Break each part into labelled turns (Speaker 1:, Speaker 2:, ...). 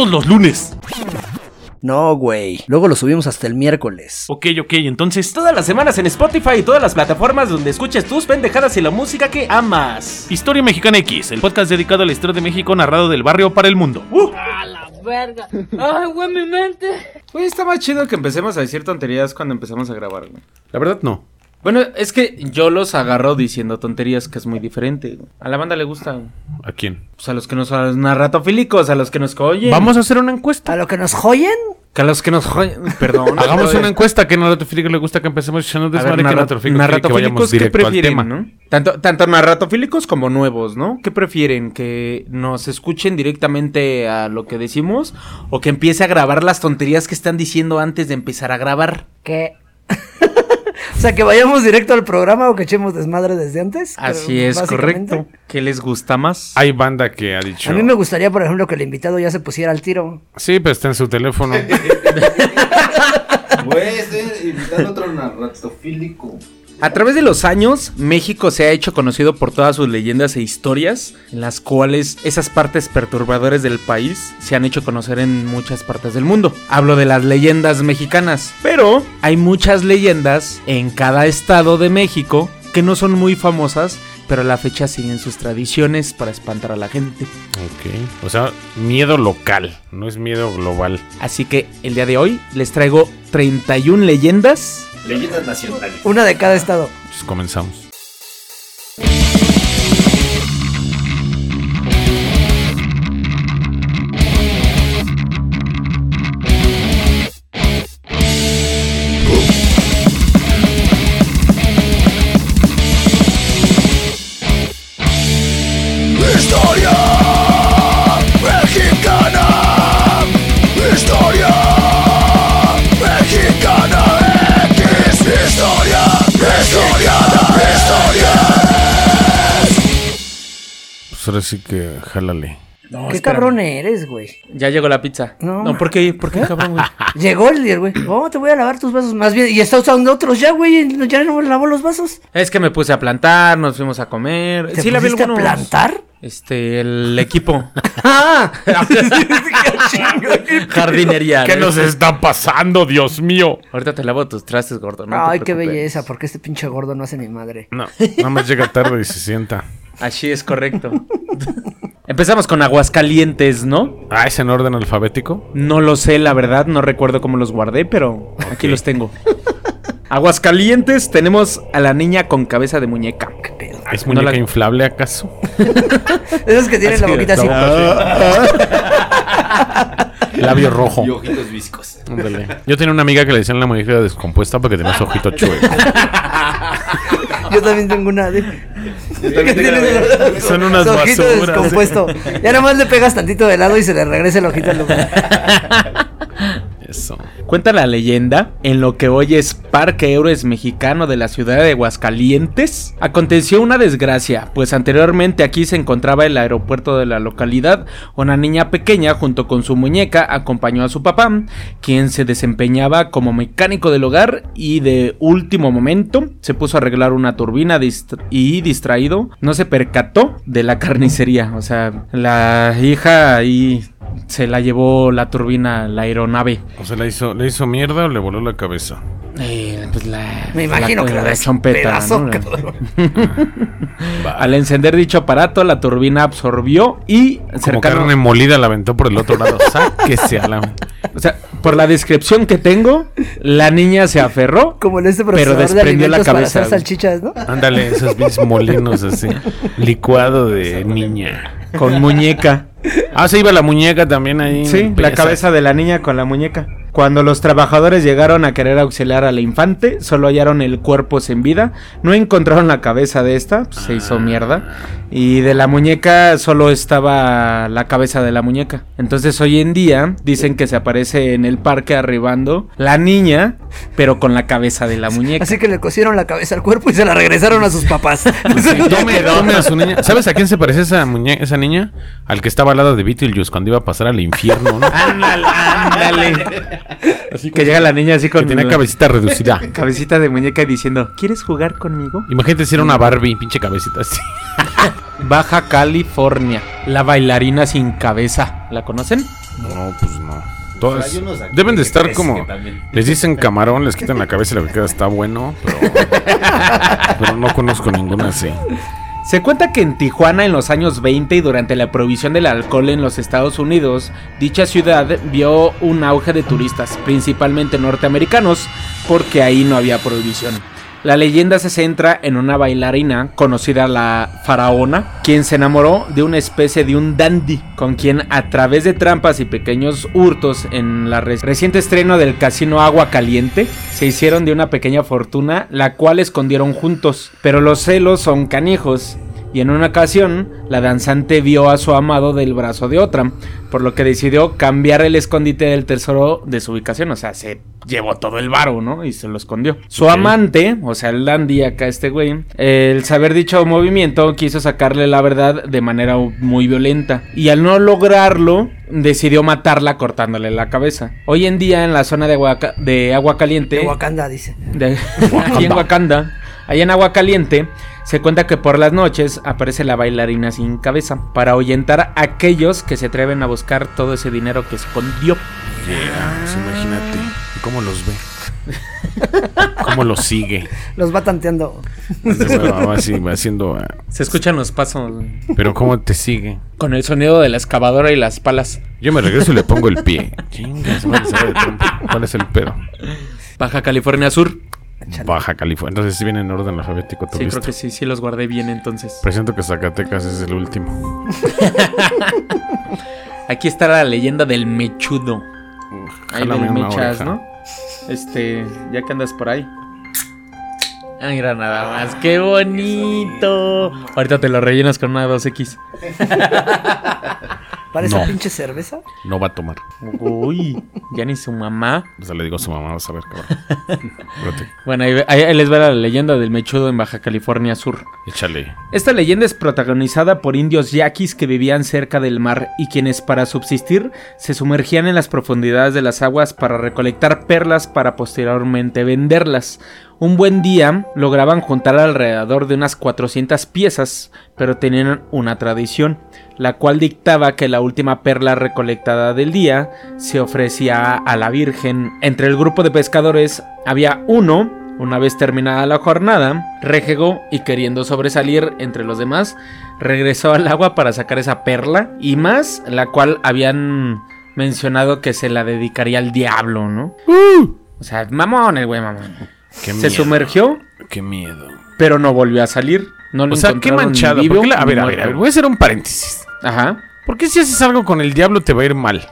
Speaker 1: los lunes.
Speaker 2: No, güey. Luego lo subimos hasta el miércoles.
Speaker 1: Ok, ok, entonces.
Speaker 3: Todas las semanas en Spotify y todas las plataformas donde escuches tus pendejadas y la música que amas.
Speaker 1: Historia Mexicana X, el podcast dedicado a la historia de México narrado del barrio para el mundo.
Speaker 2: Uh.
Speaker 4: A la verga. Ay, güey, mi mente.
Speaker 5: Güey, está más chido que empecemos a decir tonterías cuando empezamos a grabar, güey.
Speaker 1: La verdad, no.
Speaker 5: Bueno, es que yo los agarro diciendo tonterías, que es muy diferente. güey. A la banda le gusta. güey.
Speaker 1: ¿A quién?
Speaker 5: Pues a los que nos a los narratofílicos, a los que nos oyen.
Speaker 1: Vamos a hacer una encuesta.
Speaker 2: ¿A lo que nos joyen?
Speaker 5: Que a los que nos oyen. Perdón.
Speaker 1: Hagamos
Speaker 5: otra
Speaker 1: una
Speaker 5: vez.
Speaker 1: encuesta que narratofílico le gusta que empecemos echando
Speaker 5: A ver,
Speaker 1: desmadre que
Speaker 5: narra-
Speaker 1: narratofílico quiere que vayamos
Speaker 5: narratofílicos, ¿qué
Speaker 1: directo al
Speaker 5: prefieren,
Speaker 1: tema.
Speaker 5: no? Tanto, tanto narratofílicos como nuevos, ¿no? ¿Qué prefieren? ¿Que nos escuchen directamente a lo que decimos? ¿O que empiece a grabar las tonterías que están diciendo antes de empezar a grabar?
Speaker 2: ¿Qué? o sea, que vayamos directo al programa o que echemos desmadre desde antes.
Speaker 5: Así
Speaker 2: creo,
Speaker 5: es,
Speaker 2: básicamente.
Speaker 5: correcto. ¿Qué les gusta más?
Speaker 6: Hay banda que ha dicho.
Speaker 2: A mí me gustaría, por ejemplo, que el invitado ya se pusiera al tiro.
Speaker 6: Sí, pero está en su teléfono.
Speaker 7: Güey, estoy invitando otro narratofílico.
Speaker 5: A través de los años, México se ha hecho conocido por todas sus leyendas e historias, en las cuales esas partes perturbadoras del país se han hecho conocer en muchas partes del mundo. Hablo de las leyendas mexicanas, pero hay muchas leyendas en cada estado de México que no son muy famosas, pero a la fecha siguen sus tradiciones para espantar a la gente.
Speaker 6: ok. O sea, miedo local, no es miedo global.
Speaker 5: Así que el día de hoy les traigo 31 leyendas
Speaker 7: Leyendas nacionales.
Speaker 2: Una de cada estado.
Speaker 6: Entonces Pues comenzamos. Pues ahora sí que jálale.
Speaker 2: Qué cabrón eres, güey.
Speaker 5: Ya llegó la pizza.
Speaker 2: No,
Speaker 5: No,
Speaker 2: ma-
Speaker 5: ¿por qué? ¿Por qué, cabrón, güey?
Speaker 2: Llegó el líder, güey. Oh, te voy a lavar tus vasos más bien. Y está usando otros ya, güey. no- Ya no lavó los vasos.
Speaker 5: Es que me puse a plantar, nos fuimos a comer.
Speaker 2: ¿Te
Speaker 5: sí, lavé
Speaker 2: pusiste a
Speaker 5: algunos.
Speaker 2: plantar?
Speaker 5: Este, el equipo.
Speaker 2: ¡Ah!
Speaker 5: Jardinería.
Speaker 6: ¿Qué
Speaker 5: ¿no?
Speaker 6: nos está pasando, Dios mío?
Speaker 5: Ahorita te lavo tus trastes, gordo. no te
Speaker 2: Ay, qué
Speaker 5: preocupes.
Speaker 2: belleza, porque este pinche gordo no hace ni madre.
Speaker 6: No, nada más llega tarde y se sienta.
Speaker 5: Así es correcto. Empezamos con Aguascalientes, ¿no?
Speaker 6: Ah, ¿es en orden alfabético?
Speaker 5: No lo sé, la verdad, no recuerdo cómo los guardé, pero aquí los tengo. Aguascalientes, tenemos a la niña con cabeza de muñeca.
Speaker 2: Qué pedo.
Speaker 6: ¿Es
Speaker 5: No
Speaker 6: muñeca
Speaker 5: la-
Speaker 6: inflable acaso?
Speaker 2: Esos que tienen la
Speaker 5: Así,
Speaker 2: boquita así.
Speaker 6: Labio rojo.
Speaker 7: Y ojitos viscos.
Speaker 6: Ándale. Yo tenía una amiga que le decían la muñeca descompuesta porque tenía su ojito chueco.
Speaker 2: Yo también tengo una de.
Speaker 7: Yo también
Speaker 2: que
Speaker 7: tengo la
Speaker 2: tiene
Speaker 7: verga.
Speaker 2: el-
Speaker 6: Son unas
Speaker 2: su ojito
Speaker 6: basuras, ¿eh?
Speaker 2: descompuesto. Ya nomás le pegas tantito de lado y se le regresa el ojito al lugar.
Speaker 6: Eso.
Speaker 5: Cuenta la leyenda, en lo que hoy es Parque Héroes Mexicano de la ciudad de Aguascalientes, aconteció una desgracia, pues anteriormente aquí se encontraba el aeropuerto de la localidad. Una niña pequeña junto con su muñeca acompañó a su papá, quien se desempeñaba como mecánico del hogar y de último momento se puso a arreglar una turbina dist- y distraído no se percató de la carnicería, o sea, la hija ahí se la llevó la turbina, la aeronave.
Speaker 6: O sea, ¿le hizo, ¿le hizo mierda o le voló la cabeza?
Speaker 5: Eh, pues la.
Speaker 2: Me imagino
Speaker 5: la-
Speaker 2: que
Speaker 5: la
Speaker 2: la ves
Speaker 5: chompeta,
Speaker 2: pedazo,
Speaker 5: ¿no?
Speaker 2: cabrón.
Speaker 5: Al encender dicho aparato, la turbina absorbió y
Speaker 6: Como
Speaker 5: cercano.
Speaker 6: carne molida la aventó por el otro lado. Sáquese a la.
Speaker 5: O sea, por la descripción que tengo, la niña se aferró.
Speaker 2: Como en este
Speaker 5: Pero
Speaker 2: procesador de
Speaker 5: desprendió la
Speaker 2: alimentos para
Speaker 5: cabeza,
Speaker 2: hacer
Speaker 5: güey.
Speaker 2: salchichas, ¿no?
Speaker 6: Ándale, esos mis molinos así. Licuado de niña.
Speaker 5: Con muñeca.
Speaker 6: Ah, se iba la muñeca también ahí.
Speaker 5: Sí, la
Speaker 6: Pesa.
Speaker 5: cabeza de la niña con la muñeca. Cuando los trabajadores llegaron a querer auxiliar a la infante, solo hallaron el cuerpo sin vida, no encontraron la cabeza de esta, pues, se hizo mierda, y de la muñeca solo estaba la cabeza de la muñeca. Entonces hoy en día dicen que se aparece en el parque arribando la niña, pero con la cabeza de la muñeca.
Speaker 2: Así que le cosieron la cabeza al cuerpo y se la regresaron a sus papás.
Speaker 6: Tome, tome a su niña. ¿Sabes a quién se parece esa, muñe- esa niña? Al que estaba al lado de Beetlejuice cuando iba a pasar al infierno, ¿no?
Speaker 5: Ándale, ándale. que llega la niña así
Speaker 6: que
Speaker 5: con
Speaker 6: tenía cabecita reducida.
Speaker 5: cabecita de muñeca y diciendo, ¿quieres jugar conmigo?
Speaker 6: Imagínate si era una Barbie, pinche cabecita así.
Speaker 5: Baja California. La bailarina sin cabeza. ¿La conocen?
Speaker 6: No, pues no. Todas
Speaker 7: Hay unos aquí
Speaker 6: deben de
Speaker 7: que
Speaker 6: estar
Speaker 7: crees
Speaker 6: como.
Speaker 7: que también.
Speaker 6: Les dicen camarón, les quitan la cabeza y la que queda está bueno, pero. Pero no conozco ninguna así.
Speaker 5: Se cuenta que en Tijuana en los años 20 y durante la prohibición del alcohol en los Estados Unidos, dicha ciudad vio un auge de turistas, principalmente norteamericanos, porque ahí no había prohibición. La leyenda se centra en una bailarina conocida la faraona, quien se enamoró de una especie de un dandy, con quien a través de trampas y pequeños hurtos en la re- reciente estreno del casino Agua Caliente, se hicieron de una pequeña fortuna, la cual escondieron juntos. Pero los celos son canijos, y en una ocasión la danzante vio a su amado del brazo de otra, por lo que decidió cambiar el escondite del tesoro de su ubicación, o sea, se llevó todo el varo, ¿no? Y se lo escondió. Su amante, o sea, el dandy acá este güey, el saber dicho movimiento quiso sacarle la verdad de manera muy violenta y al no lograrlo decidió matarla cortándole la cabeza. Hoy en día en la zona de, Huaca- de agua caliente
Speaker 2: De Wakanda, dice.
Speaker 5: de, ahí en Wakanda, allá en Agua Caliente, se cuenta que por las noches aparece la bailarina sin cabeza para ahuyentar a aquellos que se atreven a buscar todo ese dinero que escondió.
Speaker 6: Pues imagínate. ¿Y cómo los ve? ¿Cómo los sigue?
Speaker 2: Los va tanteando.
Speaker 6: Ese güey Va así, va haciendo. ah,
Speaker 5: Se escuchan los pasos
Speaker 6: Pero ¿cómo te sigue?
Speaker 5: con el sonido de la excavadora y las palas.
Speaker 6: Yo me regreso y le pongo el pie. Chingas, madre, sabe de trampa. ¿Cuál es el pedo?
Speaker 5: Baja California Sur.
Speaker 6: Baja California. Entonces sí viene en orden alfabético tu
Speaker 5: Sí,
Speaker 6: lista.
Speaker 5: creo que sí, sí los guardé bien entonces.
Speaker 6: Presiento que Zacatecas es el último.
Speaker 5: Aquí está la leyenda del mechudo. Ahí
Speaker 6: Jálame
Speaker 5: del
Speaker 6: una
Speaker 5: mechas,
Speaker 6: oreja.
Speaker 5: ¿no? Este, ya que andas por ahí. Ay, mira nada más, Ah, qué bonito. Ahorita te lo rellenas con una 2X.
Speaker 2: Para esa
Speaker 6: No.
Speaker 2: pinche cerveza.
Speaker 6: No va a tomar.
Speaker 5: Uy, ya ni su mamá.
Speaker 6: O sea, le digo a su mamá, vas a ver, cabrón. Espérate,
Speaker 5: Bueno, ahí, ahí- ahí les va la leyenda del mechudo en Baja California Sur.
Speaker 6: échale.
Speaker 5: Esta leyenda es protagonizada por indios yaquis que vivían cerca del mar y quienes para subsistir se sumergían en las profundidades de las aguas para recolectar perlas para posteriormente venderlas. Un buen día lograban juntar alrededor de unas 400 piezas, pero tenían una tradición, la cual dictaba que la última perla recolectada del día se ofrecía a la Virgen. Entre el grupo de pescadores había uno una vez terminada la jornada, rejegó y queriendo sobresalir entre los demás, regresó al agua para sacar esa perla y más, la cual habían mencionado que se la dedicaría al diablo, ¿no? O sea, mamón el güey, mamón.
Speaker 6: Qué
Speaker 5: Se sumergió,
Speaker 6: Qué miedo.
Speaker 5: pero no volvió a salir. No lo
Speaker 6: O sea, qué
Speaker 5: encontraron ni
Speaker 6: manchado.
Speaker 5: vivo
Speaker 6: ¿por qué la- A
Speaker 5: ni
Speaker 6: ver, a ver,
Speaker 5: muerto.
Speaker 6: a ver, voy a hacer un paréntesis.
Speaker 5: Ajá.
Speaker 6: ¿Por qué si haces algo con el diablo te va a ir mal?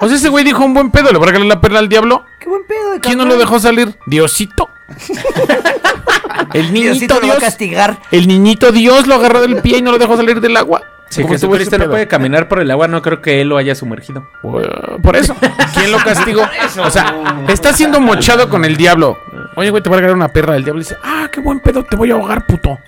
Speaker 6: O sea, ese güey dijo un buen pedo, le va a regalar la perla al diablo.
Speaker 2: Qué buen pedo. de
Speaker 6: ¿Quién no lo
Speaker 2: cabrón.
Speaker 6: dejó salir? Diosito. El niñito
Speaker 2: Diosito lo va a
Speaker 6: Dios.
Speaker 2: castigar.
Speaker 6: El niñito Dios lo agarró del pie y no lo dejó salir del agua.
Speaker 5: Si
Speaker 6: ¿Cómo estuvo ese
Speaker 5: Jesucristo no
Speaker 6: pedo?
Speaker 5: puede caminar por el agua, no creo que él lo haya sumergido.
Speaker 6: Uh, Por eso. ¿Quién lo castigó? O sea, está siendo mochado con el diablo. Oye, güey, te va a regalar una perra. El diablo dice, ah, qué buen pedo, te voy a ahogar, puto.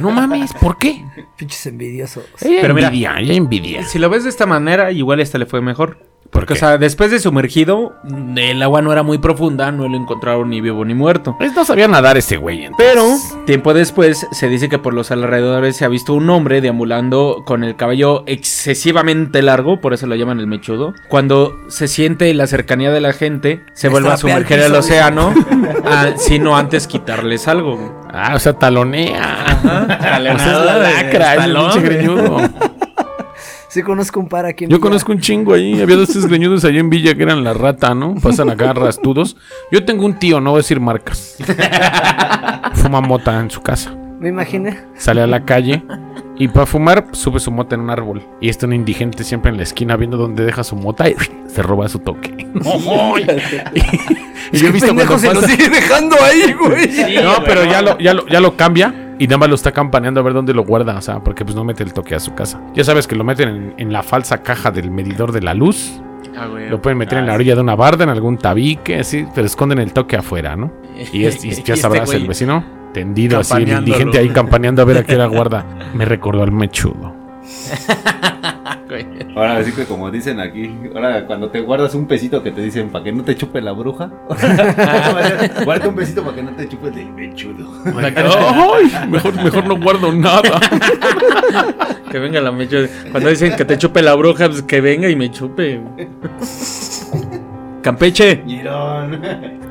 Speaker 6: No mames, ¿por qué?
Speaker 2: Pinches envidiosos.
Speaker 6: Ella
Speaker 5: Pero mira-
Speaker 6: envidia, ella envidia. este
Speaker 5: Si lo ves de esta manera, igual esta le fue mejor. Porque, o sea, después de sumergido, el agua no era muy profunda, no lo encontraron ni vivo ni muerto.
Speaker 6: Pues no sabía nadar ese güey. entonces.
Speaker 5: Pero, tiempo después, se dice que por los alrededores se ha visto un hombre deambulando con el cabello excesivamente largo, por eso lo llaman el mechudo. Cuando se siente la cercanía de la gente, se vuelve a
Speaker 2: Estrapea el
Speaker 5: sumergir al
Speaker 2: piso.
Speaker 5: océano, ah, sino antes quitarles algo. güey.
Speaker 6: Ah, o sea, talonea. O sea, es la
Speaker 5: Taloneada de
Speaker 6: lacra, es el
Speaker 5: talón,
Speaker 6: pinche
Speaker 5: güey.
Speaker 6: greñudo.
Speaker 2: Sí conozco un par aquí. en
Speaker 6: Yo
Speaker 2: Villa.
Speaker 6: conozco un chingo ahí. Había dos tres greñudos allá en Villa que eran la rata, ¿no? Pasan acá rastudos. Yo tengo un tío, no voy a decir marcas. Fuma mota en su casa.
Speaker 2: Me imaginé.
Speaker 6: Sale a la calle y para fumar sube su mota en un árbol. Y está un indigente siempre en la esquina viendo dónde deja su mota y se roba su toque. y yo he visto cuando
Speaker 2: Pendejo, se lo
Speaker 6: pasa-
Speaker 2: sigue dejando ahí, güey.
Speaker 6: no, pero ya lo, ya, lo, ya lo cambia y nada más lo está campaneando a ver dónde lo guarda. O sea, porque pues no mete el toque a su casa. Ya sabes que lo meten en, en la falsa caja del medidor de la luz. Lo pueden meter en la orilla de una barda, en algún tabique, así, pero esconden el toque afuera, ¿no? Y, es- y
Speaker 5: Y
Speaker 6: ya
Speaker 5: este
Speaker 6: sabrás
Speaker 5: güey
Speaker 6: el vecino tendido así, el
Speaker 5: campaneándolo.
Speaker 6: indigente ahí campaneando a ver a qué la guarda. Me recordó al mechudo.
Speaker 7: Ahora sí que como dicen aquí, ahora cuando te guardas un pesito que te dicen para que no te chupe la bruja, guarda un pesito para que no te chupe el mechudo.
Speaker 6: Ay, mejor, mejor no guardo nada.
Speaker 5: Que venga la mechuda. Cuando dicen que te chupe la bruja, pues que venga y me chupe. Campeche.
Speaker 7: Girón.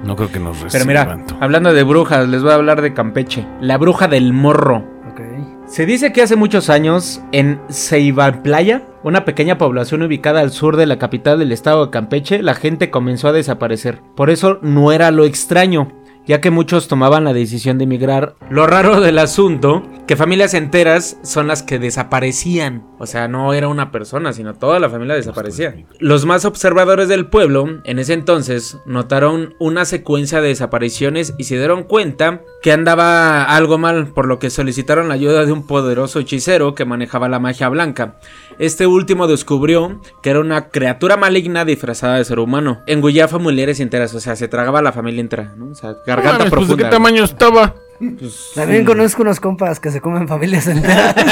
Speaker 6: No creo que nos
Speaker 5: Pero
Speaker 6: reciban.
Speaker 5: mira, hablando de brujas, les voy a hablar de Campeche. La bruja del morro.
Speaker 2: Ok.
Speaker 5: Se dice que hace muchos años, en Ceibalplaya, una pequeña población ubicada al sur de la capital del estado de Campeche, la gente comenzó a desaparecer. Por eso no era lo extraño, ya que muchos tomaban la decisión de emigrar. Lo raro del asunto, que familias enteras son las que desaparecían. O sea, no era una persona, sino toda la familia desaparecía. Los más observadores del pueblo, en ese entonces, notaron una secuencia de desapariciones y se dieron cuenta que andaba algo mal, por lo que solicitaron la ayuda de un poderoso hechicero que manejaba la magia blanca. Este último descubrió que era una criatura maligna disfrazada de ser humano. Engullía familiares enteras, o sea, se tragaba a la familia entera, ¿no? O sea, garganta
Speaker 6: Mames, pues, ¿de qué
Speaker 5: profunda. Pues,
Speaker 6: tamaño estaba?
Speaker 2: También conozco unos compas que se comen familias enteras.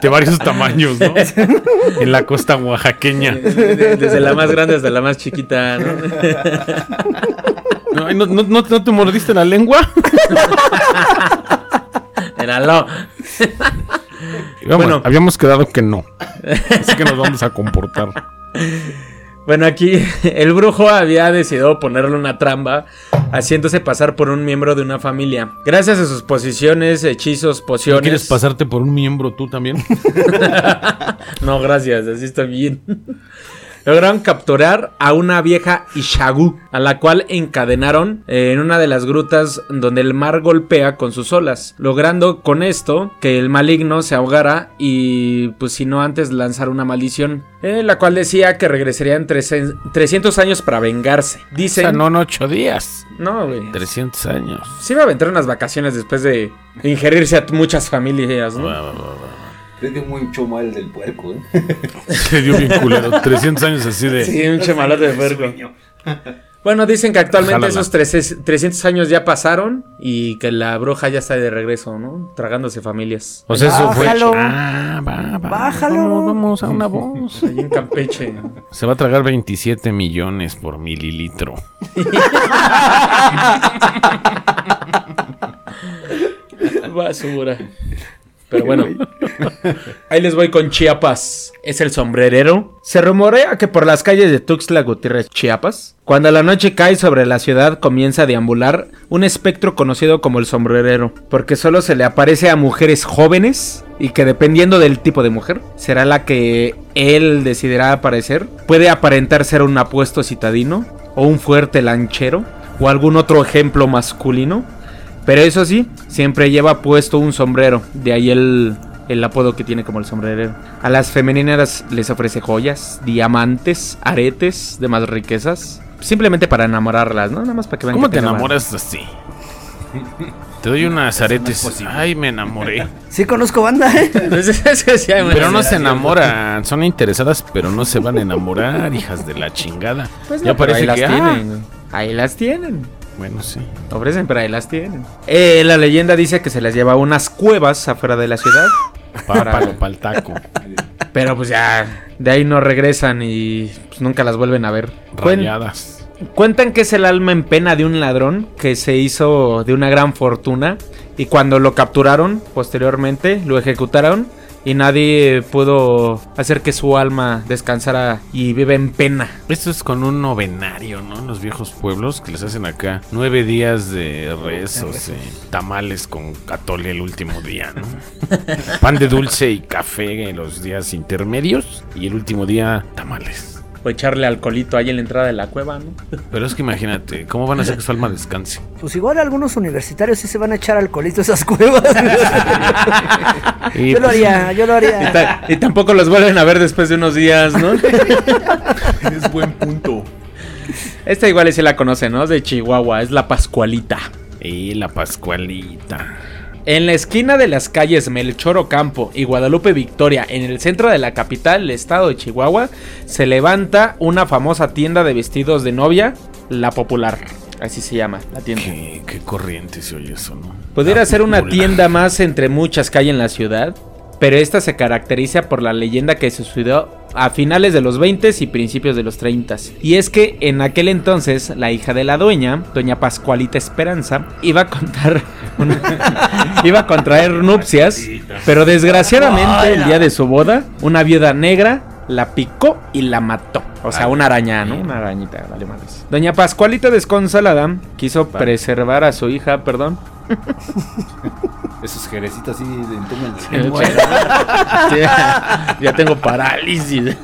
Speaker 6: De varios tamaños, ¿no? En la costa oaxaqueña.
Speaker 5: Desde desde la más grande hasta la más chiquita, ¿no?
Speaker 6: No, ay, no, no, no- ¿no te mordiste la lengua?
Speaker 5: Era lo.
Speaker 6: bueno, habíamos quedado que no. Así que nos vamos a comportar.
Speaker 5: Bueno, aquí el brujo había decidido ponerle una trampa, haciéndose pasar por un miembro de una familia. Gracias a sus posiciones, hechizos,
Speaker 6: ¿No
Speaker 5: pociones.
Speaker 6: quieres pasarte por un miembro tú también?
Speaker 5: No, gracias, así está bien. Lograron capturar a una vieja Ishagu, a la cual encadenaron eh, en una de las grutas donde el mar golpea con sus olas, logrando con esto que el maligno se ahogara y, pues, si no antes lanzar una maldición, eh, la cual decía que regresaría en 300 300 años para vengarse.
Speaker 6: O
Speaker 5: Dicen,
Speaker 6: sea, no en ocho días.
Speaker 5: no, güey.
Speaker 6: 300 años.
Speaker 5: Sí, va a aventar unas vacaciones después de ingerirse a muchas familias, ¿no?
Speaker 7: Te dio mucho mal del puerco, ¿eh?
Speaker 6: Se dio bien culero. 300 años así de.
Speaker 5: Sí, un chamalote de vergo. Bueno, dicen que actualmente
Speaker 6: Jálala.
Speaker 5: esos 300 300 años ya pasaron y que la bruja ya está de regreso, ¿no? Tragándose familias.
Speaker 6: O sea, eso fue.
Speaker 2: Bájalo.
Speaker 6: Ah, va, va.
Speaker 2: Bájalo.
Speaker 6: Vámonos, Vamos a una voz.
Speaker 5: Ahí en Campeche.
Speaker 6: Se va a tragar 27 millones por mililitro.
Speaker 5: Basura. Pero bueno, ahí les voy con Chiapas. Es el sombrerero. Se rumorea que por las calles de Tuxtla Gutiérrez, Chiapas, cuando la noche cae sobre la ciudad comienza a deambular un espectro conocido como el sombrerero, porque solo se le aparece a mujeres jóvenes y que dependiendo del tipo de mujer, será la que él decidirá aparecer. Puede aparentar ser un apuesto citadino o un fuerte lanchero o algún otro ejemplo masculino. Pero eso sí, siempre lleva puesto un sombrero. De ahí el, el apodo que tiene como el sombrerero. A las femeninas les ofrece joyas, diamantes, aretes, demás riquezas. Simplemente para enamorarlas, ¿no? Nada más para que vean
Speaker 6: ¿Cómo
Speaker 5: que
Speaker 6: te
Speaker 5: aman.
Speaker 6: enamoras así? Te doy unas aretes.
Speaker 7: posible.
Speaker 6: Ay, me enamoré.
Speaker 2: Sí conozco banda, ¿eh?
Speaker 5: Entonces, es que sí hay una-
Speaker 6: Pero no se enamoran, son interesadas, pero no se van a enamorar, hijas de la chingada.
Speaker 5: Pues no,
Speaker 6: ya
Speaker 5: pero
Speaker 6: parece que
Speaker 5: ahí las
Speaker 6: ah,
Speaker 5: tienen. Ahí las tienen.
Speaker 6: Bueno, sí.
Speaker 5: Ofrecen, pero ahí las tienen. Eh, la leyenda dice que se las lleva a unas cuevas afuera de la ciudad.
Speaker 6: Para lo pa'l taco.
Speaker 5: Pero pues ya, de ahí no regresan y pues, nunca las vuelven a ver. Cuen-
Speaker 6: Rayadas.
Speaker 5: cuentan que es el alma en pena de un ladrón que se hizo de una gran fortuna y cuando lo capturaron posteriormente lo ejecutaron y nadie pudo hacer que su alma descansara y vive en pena.
Speaker 6: Esto es con un novenario, ¿no? En los viejos pueblos que les hacen acá nueve días de rezos, eh, tamales con atole el último día, ¿no? Pan de dulce y café en los días intermedios y el último día tamales.
Speaker 5: O echarle alcoholito ahí en la entrada de la cueva, ¿no?
Speaker 6: Pero es que imagínate, ¿cómo van a hacer que su alma descanse?
Speaker 2: Pues igual algunos universitarios sí se van a echar alcoholito a esas cuevas.
Speaker 6: Y
Speaker 5: Ah,
Speaker 2: yo lo
Speaker 6: pues,
Speaker 2: haría, yo lo haría.
Speaker 5: Ta- y tampoco los vuelven a ver después de unos días, ¿no?
Speaker 7: Es buen punto.
Speaker 5: Esta igual y sí la conocen, ¿no? Es de Chihuahua, es la Pascualita.
Speaker 6: Y la Pascualita.
Speaker 5: En la esquina de las calles Melchor Ocampo y Guadalupe Victoria, en el centro de la capital, el estado de Chihuahua, se levanta una famosa tienda de vestidos de novia, La Popular. Así se llama la tienda.
Speaker 6: Qué, qué corriente se oye eso, ¿no?
Speaker 5: Pudiera
Speaker 6: La
Speaker 5: ser una
Speaker 6: popular.
Speaker 5: tienda más entre muchas que hay en la ciudad, pero esta se caracteriza por la leyenda que se suicidó a finales de los 20 y principios de los 30. Y es que en aquel entonces la hija de la dueña, doña Pascualita Esperanza, iba a contar una- iba a contraer nupcias, pero desgraciadamente el día de su boda, una viuda negra la picó y la mató. O sea, una araña, ¿no? Una arañita, vale madres. Doña Pascualita desconsolada quiso preservar a su hija, perdón,
Speaker 7: Esos jerecitos así de entumen.
Speaker 5: Sí, ya, ya tengo parálisis.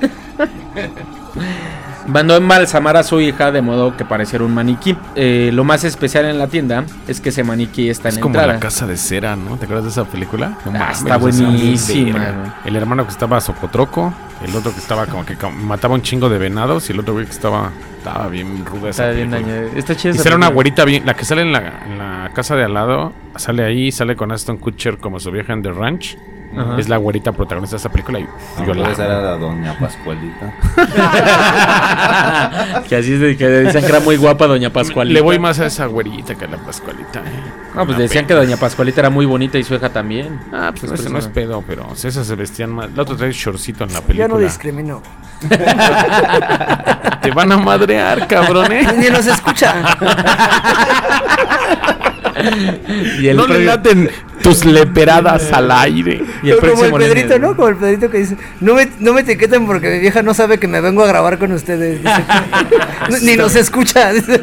Speaker 5: Mandó embalsamar a su hija de modo que pareciera un maniquí. Eh, lo más especial en la tienda es que ese maniquí está en
Speaker 6: Es
Speaker 5: la
Speaker 6: como la
Speaker 5: entrada.
Speaker 6: casa de cera, ¿no? ¿Te acuerdas de esa película? No
Speaker 5: Ah,
Speaker 6: mames,
Speaker 5: está
Speaker 6: o sea,
Speaker 5: buenísima,
Speaker 6: bien verga.
Speaker 5: güey.
Speaker 6: El hermano que estaba socotroco, el otro que estaba como que ca- mataba un chingo de venados y el otro güey que estaba, estaba bien ruda esa
Speaker 5: Está bien
Speaker 6: película.
Speaker 5: dañada. Está chida
Speaker 6: Y
Speaker 5: esa
Speaker 6: sale una
Speaker 5: película.
Speaker 6: güerita bien, la que sale en la, en la casa de al lado, sale ahí, sale con Aston Kutcher como su vieja en The Ranch.
Speaker 5: Ajá.
Speaker 6: Es la güerita protagonista de esa película y
Speaker 7: Ah,
Speaker 6: yo la
Speaker 7: Esa era la doña Pascualita.
Speaker 5: que así es de- que decían que era muy guapa Doña Pascualita.
Speaker 6: Le voy más a esa güerita que a la Pascualita.
Speaker 5: No, pues decían que Doña Pascualita era muy bonita y su hija también.
Speaker 6: Ah, pues eso no es pedo, pero o sea, esas se vestían más. La otra trae shortcito en la película.
Speaker 2: Yo no discrimino.
Speaker 6: Te van a madrear, cabrón, ¿eh?
Speaker 2: Ni nos escucha.
Speaker 5: Y el,
Speaker 6: no le
Speaker 5: previo-
Speaker 6: laten tus leperadas al aire.
Speaker 5: y
Speaker 2: Como
Speaker 5: el
Speaker 2: el
Speaker 5: próximo lunes-
Speaker 2: Pedrito, ¿no? Como el Pedrito que dice, no me, no me etiqueten porque mi vieja no sabe que me vengo a grabar con ustedes. dice. Ni nos escucha. dice.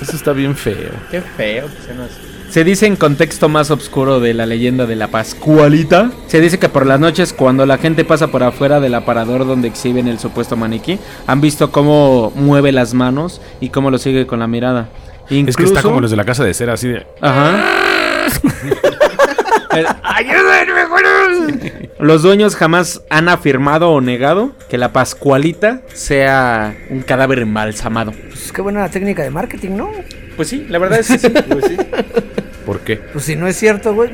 Speaker 6: Eso está bien feo.
Speaker 5: Qué feo que se nos- Se dice en contexto más oscuro de la leyenda de la Pascualita. Se dice que por las noches, cuando la gente pasa por afuera del aparador donde exhiben el supuesto maniquí, han visto cómo mueve las manos y cómo lo sigue con la mirada. Incluso,
Speaker 6: Es que está como los de la casa de cera, así de.
Speaker 5: Ajá. Los dueños jamás han afirmado o negado que la Pascualita sea un cadáver embalsamado.
Speaker 2: Pues qué buena técnica de marketing, ¿no?
Speaker 5: Pues sí, la verdad es que Pues sí.
Speaker 6: ¿Por qué?
Speaker 2: Pues si no es cierto, güey,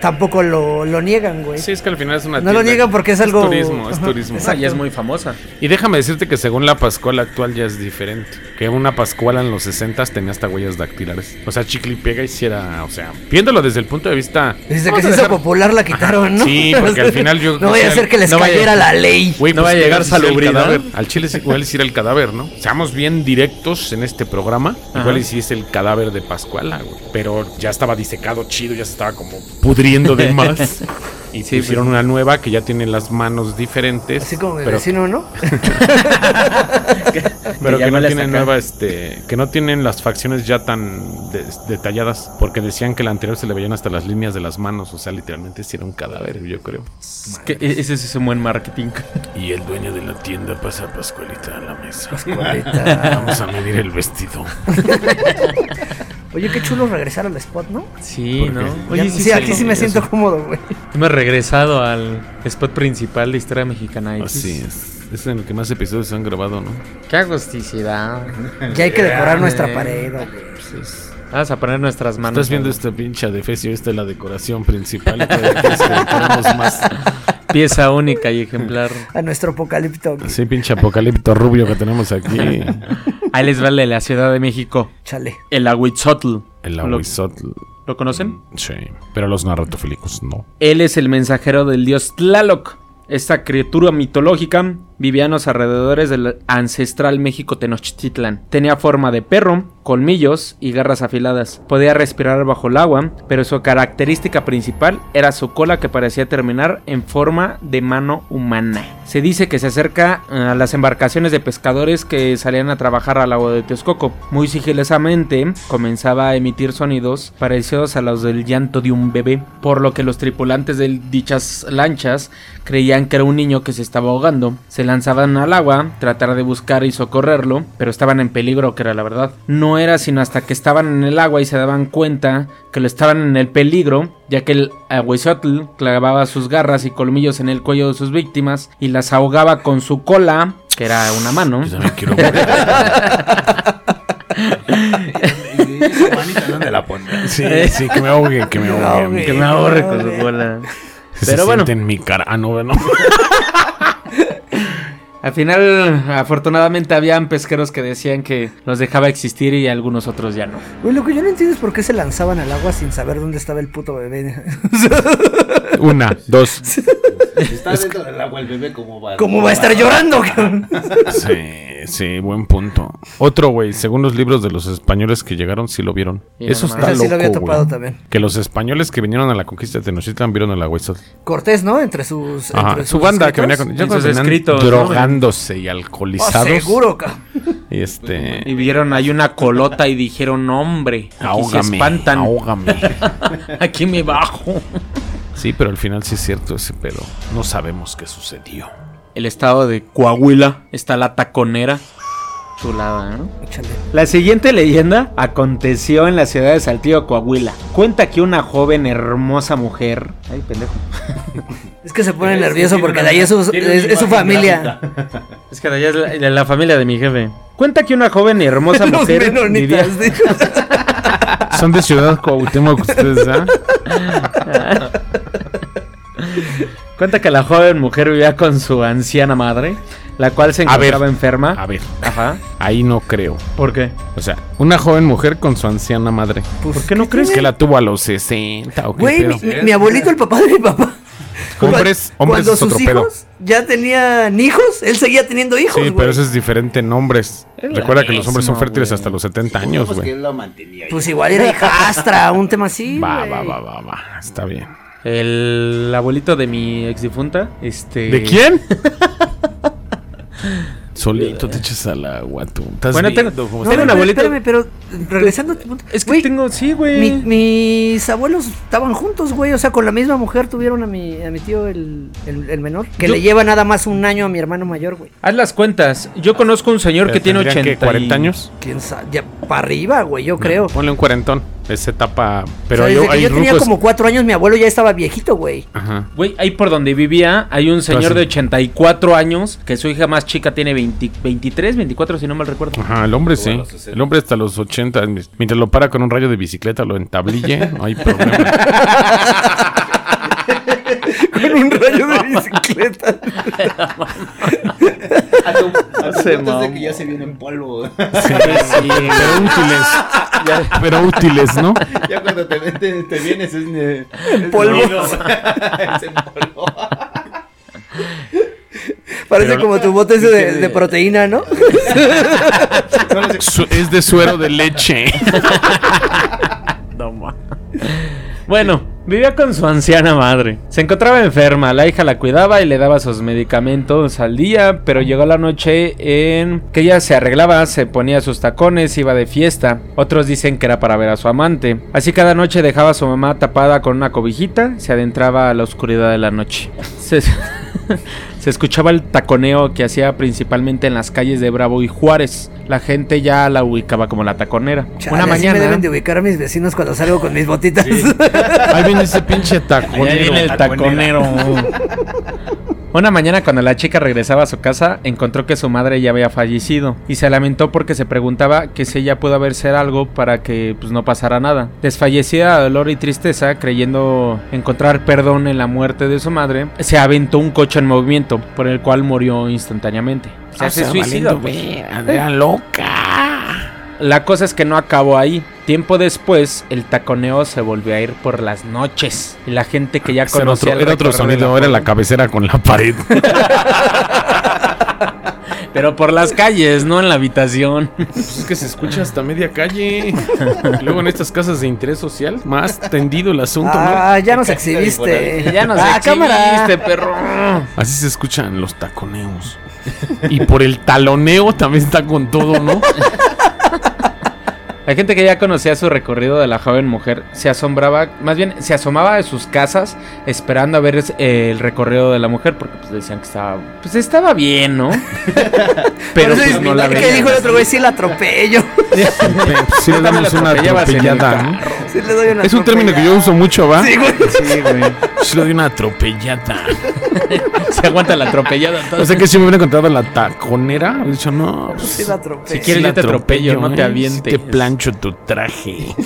Speaker 2: tampoco lo, lo niegan, güey.
Speaker 6: Sí, es que al final es una.
Speaker 2: No lo
Speaker 6: tienda.
Speaker 2: niegan porque es algo-
Speaker 6: turismo, es
Speaker 2: Ajá.
Speaker 6: turismo.
Speaker 5: Esa ya es muy famosa.
Speaker 6: Y déjame decirte que según la Pascuala actual ya es diferente. Que una Pascuala en los 60 tenía hasta huellas dactilares. O sea, chicle y pega hiciera. O sea, viéndolo desde el punto de vista.
Speaker 2: Desde que
Speaker 6: Vamos
Speaker 2: se
Speaker 6: a
Speaker 2: hizo
Speaker 6: dejar-
Speaker 2: popular la quitaron, ¿no?
Speaker 6: Sí, porque al final yo-
Speaker 2: No voy a hacer que les
Speaker 5: no vaya-
Speaker 2: cayera la ley.
Speaker 6: Güey,
Speaker 5: No va a llegar
Speaker 6: igual sí era el
Speaker 5: salubridad.
Speaker 6: cadáver. Al chile sí, igual sí era el cadáver, ¿no? Seamos bien directos en este programa. Igual
Speaker 5: Ajá.
Speaker 6: y sí es el cadáver de Pascuala, güey. Pero ya estaba disecado chido, ya se estaba como pudriendo de más. Y
Speaker 5: Sí, pues.
Speaker 6: pusieron una nueva que ya tiene las manos diferentes.
Speaker 2: Así como mi
Speaker 6: pero,
Speaker 2: vecino, ¿no?
Speaker 6: pero
Speaker 5: ya
Speaker 6: que no
Speaker 5: huele
Speaker 6: tienen
Speaker 5: hasta acá.
Speaker 6: nueva, este, que no tienen las facciones ya tan des- detalladas. Porque decían que la anterior se le veían hasta las líneas de las manos. O sea, literalmente sí era un cadáver, yo creo.
Speaker 5: Es que e- ese sí es un buen marketing.
Speaker 6: Y el dueño de la tienda pasa a Pascualita a la mesa.
Speaker 2: Pues Ahorita.
Speaker 6: Vamos a medir el vestido.
Speaker 2: Oye, qué chulo regresar al spot, ¿no?
Speaker 5: Sí,
Speaker 6: ¿no?
Speaker 2: Ya- sí, aquí sí me siento cómodo, güey.
Speaker 5: Hemos regresado al spot principal de Historia Mexicana X.
Speaker 6: Así es. Es en el que más episodios se han grabado, ¿no?
Speaker 5: Qué agosticidad.
Speaker 2: Ya hay que decorar nuestra
Speaker 5: eh.
Speaker 2: pared, güey.
Speaker 5: Vamos a poner nuestras manos.
Speaker 6: Estás viendo esta pincha de Fecio, esta es la decoración principal. todavía quieres que decoremos más.
Speaker 5: Pieza única y ejemplar.
Speaker 2: A nuestro apocalipto, güey.
Speaker 6: Sí, pinche apocalipto rubio que tenemos aquí.
Speaker 5: Ahí les vale la Ciudad de México.
Speaker 2: Chale.
Speaker 5: El Aguitzotl.
Speaker 6: El
Speaker 5: Lo-
Speaker 6: Ahuizotl.
Speaker 5: ¿Lo conocen?
Speaker 6: Sí. Pero los narratofílicos no.
Speaker 5: Él es el mensajero del dios Tlaloc. Esta criatura mitológica vivía en los alrededores del ancestral México Tenochtitlan. Tenía forma de perro, colmillos y garras afiladas. Podía respirar bajo el agua, pero su característica principal era su cola que parecía terminar en forma de mano humana. Se dice que se acerca eh, a las embarcaciones de pescadores que salían a trabajar al agua de Texcoco. Muy sigilosamente comenzaba a emitir sonidos parecidos a los del llanto de un bebé, por lo que los tripulantes de dichas lanchas creían que era un niño que se estaba ahogando. Se lanzaban al agua, tratar de buscar y socorrerlo, pero estaban en peligro, que era la verdad. No era sino hasta que estaban en el agua y se daban cuenta que lo estaban en el peligro, ya que el aguizotl clavaba sus garras y colmillos en el cuello de sus víctimas y las ahogaba con su cola, que era una mano.
Speaker 6: Yo también quiero morir.
Speaker 7: ¿Dónde la pondré?
Speaker 6: Sí, sí, que me ahoguen, que me
Speaker 2: Que me
Speaker 6: ahoguen.
Speaker 2: ahoguen.
Speaker 5: me ahorre con su cola.
Speaker 6: Pero
Speaker 5: Pero
Speaker 6: bueno.
Speaker 5: bueno.
Speaker 6: en mi cara. Ah, no, no.
Speaker 5: Al final, afortunadamente, habían pesqueros que decían que los dejaba existir y algunos otros ya no.
Speaker 2: Güey, lo que yo no entiendo es por qué se lanzaban al agua sin saber dónde estaba el puto bebé.
Speaker 6: Una, dos.
Speaker 7: Está dentro del agua el bebé como va.
Speaker 2: ¿Cómo va a estar llorando, cabrón?
Speaker 6: Sí, sí, buen punto. Otro, güey, según los libros de los españoles que llegaron, sí lo vieron.
Speaker 5: Mira
Speaker 6: Eso
Speaker 5: nomás.
Speaker 6: está
Speaker 2: Ese sí lo
Speaker 6: loco,
Speaker 2: había topado
Speaker 6: güey.
Speaker 2: también.
Speaker 6: Que los españoles que vinieron a la conquista de Tenochtitlan vieron a la Huizotl.
Speaker 2: Cortés, ¿no? Entre sus.
Speaker 6: Ajá,
Speaker 2: entre
Speaker 6: su
Speaker 2: sus
Speaker 6: banda que venía
Speaker 2: escritos.
Speaker 6: con... Yo
Speaker 5: En
Speaker 6: creo
Speaker 5: sus
Speaker 6: que venían
Speaker 5: escritos, ¿no?
Speaker 6: drogándose y
Speaker 2: Oh,
Speaker 6: alcoholizados.
Speaker 2: seguro, cabrón.
Speaker 6: Y este...
Speaker 5: Y vieron ahí una colota y dijeron, hombre, aquí se
Speaker 6: Ahógame,
Speaker 5: espantan,
Speaker 6: ahógame.
Speaker 5: aquí me bajo.
Speaker 6: Sí, pero al final sí es cierto ese pedo. No sabemos qué sucedió.
Speaker 5: El estado de Coahuila está la taconera. Chulada, ¿no?
Speaker 2: Échale.
Speaker 5: La siguiente leyenda aconteció en la ciudad de Saltillo, Coahuila. Cuenta que una joven hermosa mujer. Ay, pendejo.
Speaker 2: Es que se pone
Speaker 7: Es que
Speaker 2: nervioso
Speaker 7: tiene
Speaker 2: porque
Speaker 7: una-
Speaker 2: de ahí es su,
Speaker 7: tiene una
Speaker 2: es- es su
Speaker 7: imagen
Speaker 2: familia.
Speaker 7: gráfica.
Speaker 5: Es que allá es la, de la familia de mi jefe. Cuenta que una joven y hermosa
Speaker 2: Los
Speaker 5: mujer vivía-
Speaker 2: menonitas. dijo.
Speaker 6: Son de Ciudad Cuauhtémoc ustedes, ¿ah?
Speaker 5: Cuenta que la joven mujer vivía con su anciana madre, la cual se
Speaker 6: A ver.
Speaker 5: encontraba enferma.
Speaker 6: A ver,
Speaker 5: Ajá.
Speaker 6: ahí no creo.
Speaker 5: ¿Por qué?
Speaker 6: O sea, una joven mujer con su anciana madre.
Speaker 2: Pues,
Speaker 5: ¿Por qué no crees
Speaker 6: Es que
Speaker 5: que
Speaker 6: la tuvo a los 60 o qué
Speaker 2: Güey,
Speaker 6: pedo?
Speaker 2: mi, mi- mi abuelito, el papá de mi papá.
Speaker 6: Hombres, hombres
Speaker 2: Cuando
Speaker 6: es otro
Speaker 2: sus
Speaker 6: pedo.
Speaker 2: hijos ya tenían hijos, él seguía teniendo hijos.
Speaker 6: Sí,
Speaker 2: güey.
Speaker 6: pero eso es diferente en hombres.
Speaker 5: Es la
Speaker 6: Recuerda que los hombres son
Speaker 5: misma,
Speaker 6: fértiles
Speaker 5: güey.
Speaker 6: hasta los 70 años,
Speaker 7: Pues que
Speaker 6: güey.
Speaker 7: él lo mantenía.
Speaker 2: Pues igual era hijastra, un tema así.
Speaker 6: Va,
Speaker 2: güey.
Speaker 6: va, va, va, va. Está bien.
Speaker 5: el abuelito de mi exdifunta, este
Speaker 6: ¿De quién? Solito te echas al agua, tú. ¿Estás
Speaker 5: Bueno,
Speaker 6: bien?
Speaker 5: tengo,
Speaker 2: No,
Speaker 5: tengo un
Speaker 2: pero
Speaker 5: abuelito.
Speaker 2: Espérame, pero regresando a tu punto.
Speaker 5: Es que
Speaker 2: güey,
Speaker 5: tengo, sí, güey.
Speaker 2: mi- mis abuelos estaban juntos, güey. O sea, con la misma mujer tuvieron a mi, a mi tío, el, el- el menor. Que
Speaker 5: Yo-
Speaker 2: le lleva nada más un año a mi hermano mayor, güey.
Speaker 5: Haz las cuentas. Yo conozco un señor
Speaker 6: Pero
Speaker 5: que tiene
Speaker 6: tendrían,
Speaker 5: 80
Speaker 6: ¿qué,
Speaker 5: y-
Speaker 6: 40 años.
Speaker 2: ¿Quién sabe? Ya para arriba, güey, yo creo.
Speaker 6: Ponle un cuarentón. Esa etapa. Pero
Speaker 2: O sea,
Speaker 6: yo,
Speaker 2: desde que
Speaker 6: hay
Speaker 2: yo tenía
Speaker 6: rucos-
Speaker 2: como cuatro años, mi abuelo ya estaba viejito, güey.
Speaker 6: Ajá.
Speaker 5: Güey, ahí por donde vivía hay un señor
Speaker 6: Entonces-
Speaker 5: de 84 años que su hija más chica tiene 20 23, 24 si no mal recuerdo.
Speaker 6: Ajá, el hombre
Speaker 7: Tuvo a
Speaker 6: sí.
Speaker 7: los 60.
Speaker 6: El hombre hasta los 80. Mientras lo para con un rayo de bicicleta, lo entablille, no hay problema.
Speaker 2: Con un rayo de bicicleta.
Speaker 7: A tu, a tu punto
Speaker 5: Se
Speaker 7: es de
Speaker 5: mamó.
Speaker 7: que ya se viene en polvo.
Speaker 6: Pero útiles. Pero útiles, ¿no?
Speaker 7: ya cuando te, te, te vienes es, eh, es
Speaker 2: polvo.
Speaker 7: molido. es en polvo.
Speaker 2: Parece
Speaker 6: Pero-
Speaker 2: como tu bote ese de, de proteína, ¿no?
Speaker 6: Su- es de suero de leche.
Speaker 5: Bueno, vivía con su anciana madre. Se encontraba enferma, la hija la cuidaba y le daba sus medicamentos al día, pero llegó la noche en que ella se arreglaba, se ponía sus tacones, iba de fiesta. Otros dicen que era para ver a su amante. Así cada noche dejaba a su mamá tapada con una cobijita, se adentraba a la oscuridad de la noche. Se, se escuchaba el taconeo que hacía principalmente en las calles de Bravo y Juárez. La gente ya la ubicaba como la taconera.
Speaker 2: Chale, así me deben de ubicar a mis vecinos cuando salgo con mis botitas.
Speaker 6: Ahí viene ese pinche taconero.
Speaker 5: Ahí viene el taconero. Una mañana cuando la chica regresaba a su casa, encontró que su madre ya había fallecido y se lamentó porque se preguntaba que si ella pudo haber ser algo para que pues, no pasara nada. Desfallecida de dolor y tristeza, creyendo encontrar perdón en la muerte de su madre, se aventó un coche en movimiento, por el cual murió instantáneamente. Ah,
Speaker 6: pues.
Speaker 5: Se hace suicidio.
Speaker 6: Era loca.
Speaker 5: La cosa es que no acabó ahí. Tiempo después, el taconeo se volvió a ir por las noches. Y la gente que ya
Speaker 6: Era otro,
Speaker 5: conocía el
Speaker 6: era otro
Speaker 5: recorrido-
Speaker 6: sonido, era la cabecera con la pared.
Speaker 5: Pero por las calles, no en la habitación.
Speaker 6: Pues es que se escucha hasta media calle. Luego en estas casas de interés social, más tendido el asunto, ¿no?
Speaker 2: Ah, ya nos exhibiste.
Speaker 5: ya nos
Speaker 2: ah,
Speaker 5: exhibiste, perro.
Speaker 6: Así se escuchan los taconeos. Y por el taloneo también está con todo, ¿no?
Speaker 5: La gente que ya conocía su recorrido de la joven mujer se asombraba, más bien se asomaba de sus casas esperando a ver eh, el recorrido de la mujer porque pues decían que estaba, pues estaba bien, ¿no? Pero
Speaker 2: Por eso
Speaker 5: pues no la
Speaker 2: ¿qué
Speaker 5: veían.
Speaker 2: dijo el otro güey? Sí la atropello.
Speaker 6: Si le damos una
Speaker 5: Atropellabas en el
Speaker 6: atropellada, ¿no?
Speaker 5: carro.
Speaker 2: Sí le doy una
Speaker 6: Es un término que yo uso ¿ah? mucho, ¿va?
Speaker 2: Sí, güey.
Speaker 5: Sí, güey.
Speaker 6: Sí, le doy una atropellada.
Speaker 5: Se aguanta la atropellada. entonces.
Speaker 6: O sea que si me hubiera encontrado la taconera, hubiera dicho, no. pues,
Speaker 2: Sí la atropello.
Speaker 5: Si quieres- yo te atropello, no te
Speaker 6: ¿eh?
Speaker 5: avientes.
Speaker 6: Sí te plancho tu traje.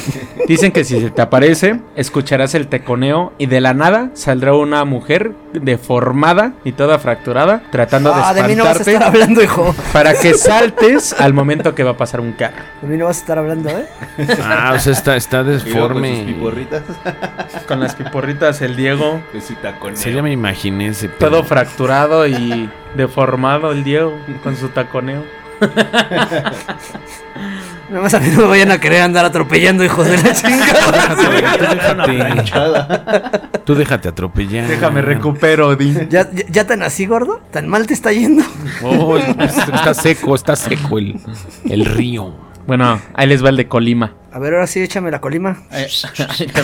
Speaker 5: Dicen que si se te aparece, escucharás el teconeo y de la nada saldrá una mujer deformada y toda fracturada tratando
Speaker 2: Ah,
Speaker 5: de
Speaker 2: de mí no vas a
Speaker 5: espantarte
Speaker 2: estar hablando, hijo.
Speaker 5: para que saltes al momento que va a pasar un carro.
Speaker 2: De mí no vas a estar hablando, ¿eh?
Speaker 6: Ah, o sea, está, está
Speaker 7: Y luego con sus
Speaker 6: deforme.
Speaker 7: piporritas.
Speaker 5: Con las piporritas el Diego,
Speaker 7: Pues sí, taconeo.
Speaker 6: Sí, ya me imaginé ese pedo.
Speaker 5: todo fracturado y deformado el Diego con su taconeo.
Speaker 2: Nada más a mí no me vayan a querer andar atropellando, hijos de la chingada.
Speaker 6: Tú déjate atropellar.
Speaker 5: Déjame recupero, Odín.
Speaker 2: ¿Ya, ya, ya tan así, gordo? ¿Tan mal te está yendo?
Speaker 6: Oh, está seco, está seco el, el río.
Speaker 5: Bueno, ahí les va el de Colima.
Speaker 2: A ver, ahora sí, échame la colima.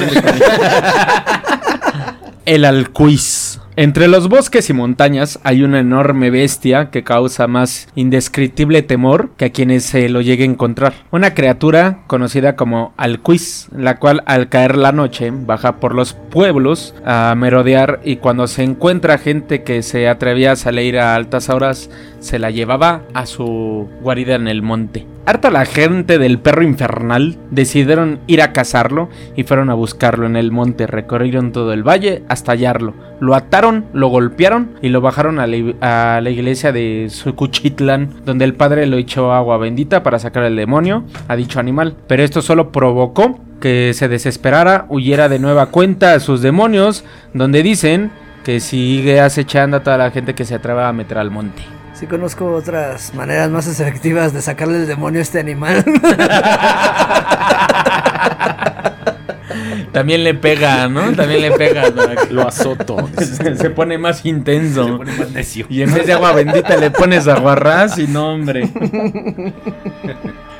Speaker 5: El Alcuiz. Entre los bosques y montañas hay una enorme bestia que causa más indescriptible temor que a quienes se lo llegue a encontrar. Una criatura conocida como Alcuiz, la cual al caer la noche baja por los pueblos a merodear y cuando se encuentra gente que se atrevía a salir a altas horas se la llevaba a su guarida en el monte. Harta la gente del perro infernal, decidieron ir a cazarlo y fueron a buscarlo en el monte. Recorrieron todo el valle hasta hallarlo. Lo ataron, lo golpearon y lo bajaron a la, i- a la iglesia de Sucuchitlán, donde el padre lo echó agua bendita para sacar el demonio a dicho animal. Pero esto solo provocó que se desesperara, huyera de nueva cuenta a sus demonios, donde dicen que sigue acechando a toda la gente que se atreva a meter al monte.
Speaker 2: Sí conozco otras maneras más efectivas de sacarle el demonio a este animal.
Speaker 5: También le pega, ¿no? También le pega. Lo azoto. Se pone más intenso. Y en vez de agua bendita le pones aguarrás y no, hombre.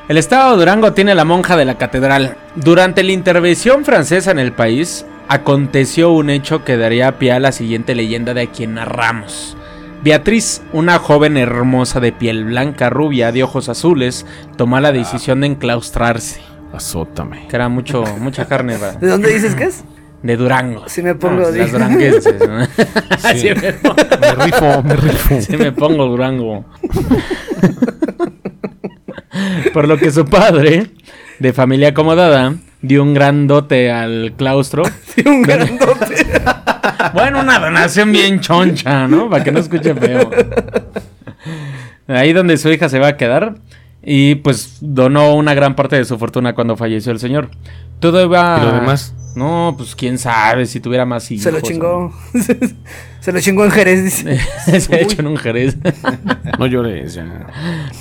Speaker 5: El estado de Durango tiene la monja de la catedral. Durante la intervención francesa en el país, aconteció un hecho que daría pie a la siguiente leyenda de a quien narramos. Beatriz, una joven hermosa de piel blanca, rubia, de ojos azules, toma la decisión de enclaustrarse.
Speaker 6: Azótame.
Speaker 5: Que era mucho, mucha carne, ¿verdad?
Speaker 2: ¿De dónde dices que es?
Speaker 5: De Durango.
Speaker 2: Si me pongo
Speaker 5: No,
Speaker 2: de-
Speaker 5: las duranguenses, ¿no?
Speaker 6: Sí.
Speaker 5: Sí me pongo-
Speaker 6: Me rifo, me rifo.
Speaker 5: sí me pongo Durango. Por lo que su padre, de familia acomodada, dio un gran dote al claustro.
Speaker 2: Sí, un grandote.
Speaker 5: Bueno, una donación bien choncha, ¿no? Para que no escuche feo. Ahí donde su hija se va a quedar. Y pues donó una gran parte de su fortuna cuando falleció el señor. Todo iba.
Speaker 6: ¿Y lo demás?
Speaker 5: No, pues quién sabe si tuviera más hijos.
Speaker 2: Se lo chingó. Se lo chingó en Jerez, dice.
Speaker 5: se ha hecho en un jerez.
Speaker 6: No llores ya.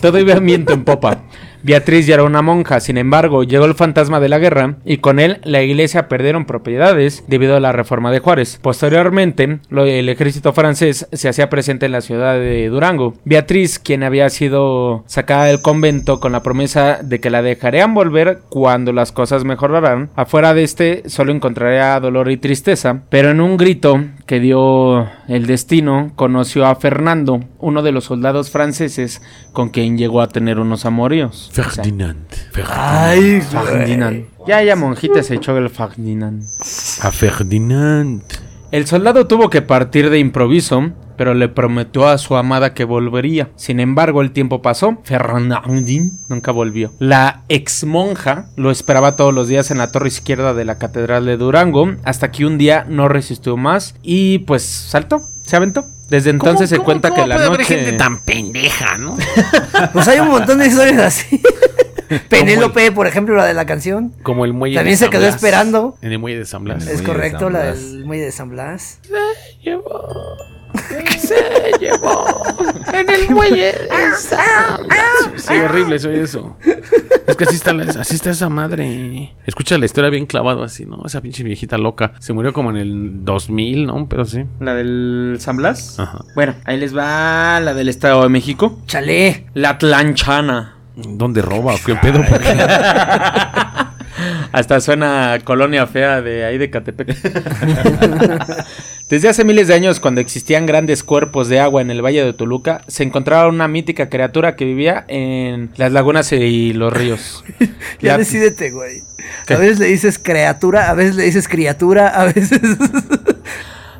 Speaker 5: Todo iba viento en popa. Beatriz ya era una monja, sin embargo, llegó el fantasma de la guerra y con él la iglesia perdieron propiedades debido a la reforma de Juárez. Posteriormente, lo- el ejército francés se hacía presente en la ciudad de Durango. Beatriz, quien había sido sacada del convento con la promesa de que la dejarían volver cuando las cosas mejoraran, afuera de este solo encontraría dolor y tristeza, pero en un grito que dio el destino, conoció a Fernando, uno de los soldados franceses con quien llegó a tener unos amoríos. O sea,
Speaker 6: Ferdinand.
Speaker 5: Ah.
Speaker 2: Ay, güey.
Speaker 5: Ferdinand. Ya, ya, monjita se echó el Ferdinand.
Speaker 6: A Ferdinand.
Speaker 5: El soldado tuvo que partir de improviso, pero le prometió a su amada que volvería. Sin embargo, el tiempo pasó. Fernandín nunca volvió. La ex monja lo esperaba todos los días en la torre izquierda de la Catedral de Durango, hasta que un día no resistió más y pues saltó, se aventó. Desde entonces se cuenta que la noche...
Speaker 6: tan pendeja, ¿no?
Speaker 2: Pues hay un montón de historias así. Penélope, por ejemplo, la de la canción.
Speaker 6: Como el muelle
Speaker 2: También se quedó
Speaker 6: Blas.
Speaker 2: esperando.
Speaker 6: En el muelle de San Blas.
Speaker 7: El
Speaker 2: Es
Speaker 7: muelle de
Speaker 2: correcto,
Speaker 7: San
Speaker 2: la
Speaker 7: Blas.
Speaker 2: del muelle de San Blas.
Speaker 6: Sí, horrible, soy eso. Es que así está, la- así está esa madre. Escucha la historia bien clavado así, ¿no? Esa pinche viejita loca. Se murió como en el 2000, ¿no? Pero sí.
Speaker 5: La del San Blas.
Speaker 6: Ajá.
Speaker 5: Bueno, ahí les va la del Estado de México.
Speaker 2: Chale.
Speaker 5: La Tlanchana.
Speaker 6: ¿Dónde roba o qué pedo? ¿Por qué?
Speaker 5: Hasta suena colonia fea de ahí de Catepec. Desde hace miles de años, cuando existían grandes cuerpos de agua en el Valle de Toluca, se encontraba una mítica criatura que vivía en las lagunas y los ríos.
Speaker 2: Ya
Speaker 5: La-
Speaker 2: decídete, güey. A veces le dices criatura, a veces le dices criatura, a veces.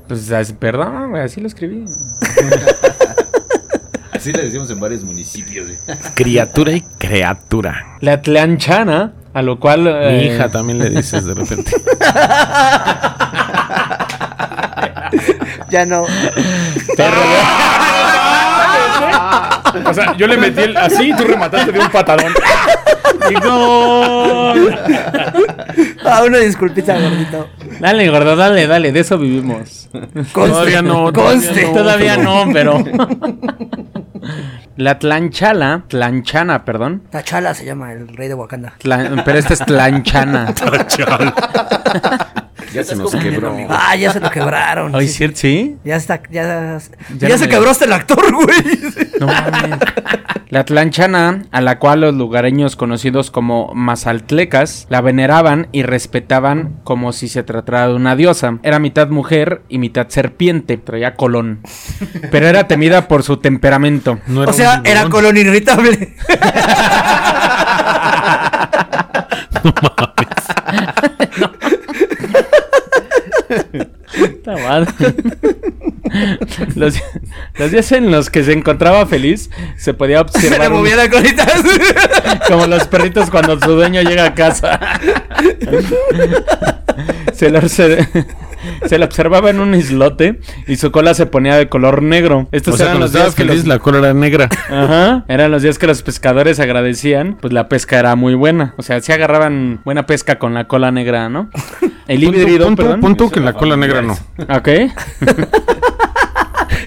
Speaker 5: Pues, as- perdón, güey, así lo escribí.
Speaker 7: Así le decimos en varios municipios. güey.
Speaker 6: Criatura y criatura.
Speaker 5: La Tlanchana, a lo cual...
Speaker 6: Mi
Speaker 5: eh,
Speaker 6: hija también le dices de repente.
Speaker 2: ya no. Ah,
Speaker 5: te rodea-
Speaker 6: O sea, yo le metí el así y tú remataste de un patadón. Y gol.
Speaker 2: Ah, una disculpita, gordito.
Speaker 5: Dale, gordo, dale, dale, de eso vivimos.
Speaker 2: Conste.
Speaker 6: Todavía no, todavía
Speaker 2: Conste.
Speaker 6: no.
Speaker 5: Todavía no, pero... La Tlanchala, Tlanchana, perdón.
Speaker 2: Tachala se llama el rey de Wakanda.
Speaker 5: Tlan- pero esta es Tlanchana.
Speaker 7: Ya se nos quebró.
Speaker 2: Ah, ya se lo quebraron.
Speaker 5: Ay,
Speaker 2: sí.
Speaker 5: ¿cierto? ¿Sí?
Speaker 2: Ya está, ya,
Speaker 5: Ya
Speaker 2: ya,
Speaker 5: no
Speaker 2: se
Speaker 5: me-
Speaker 2: quebró hasta el actor, güey.
Speaker 5: No mames. La Tlanchana, a la cual los lugareños conocidos como Mazaltlecas la veneraban y respetaban como si se tratara de una diosa. Era mitad mujer y mitad serpiente, traía colón. Pero era temida por su temperamento.
Speaker 6: No
Speaker 2: O sea,
Speaker 6: un
Speaker 2: era
Speaker 6: tiburón.
Speaker 2: colon irritable.
Speaker 5: Puta madre. Los, los días en los que se encontraba feliz, se podía
Speaker 2: se le
Speaker 5: observar un-
Speaker 2: movía la colita.
Speaker 5: Como los perritos cuando su dueño llega a casa. Se le, se, se le observaba en un islote y su cola se ponía de color negro. Estos
Speaker 6: O sea,
Speaker 5: eran
Speaker 6: cuando
Speaker 5: los
Speaker 6: estaba
Speaker 5: días que
Speaker 6: feliz
Speaker 5: los-
Speaker 6: la cola era negra.
Speaker 5: Ajá, eran los días que los pescadores agradecían, pues la pesca era muy buena. O sea, se agarraban buena pesca con la cola negra, ¿no? El
Speaker 6: Punto,
Speaker 5: híbrido,
Speaker 6: punto,
Speaker 5: perdón.
Speaker 6: punto que la cola negra no.
Speaker 5: Ok.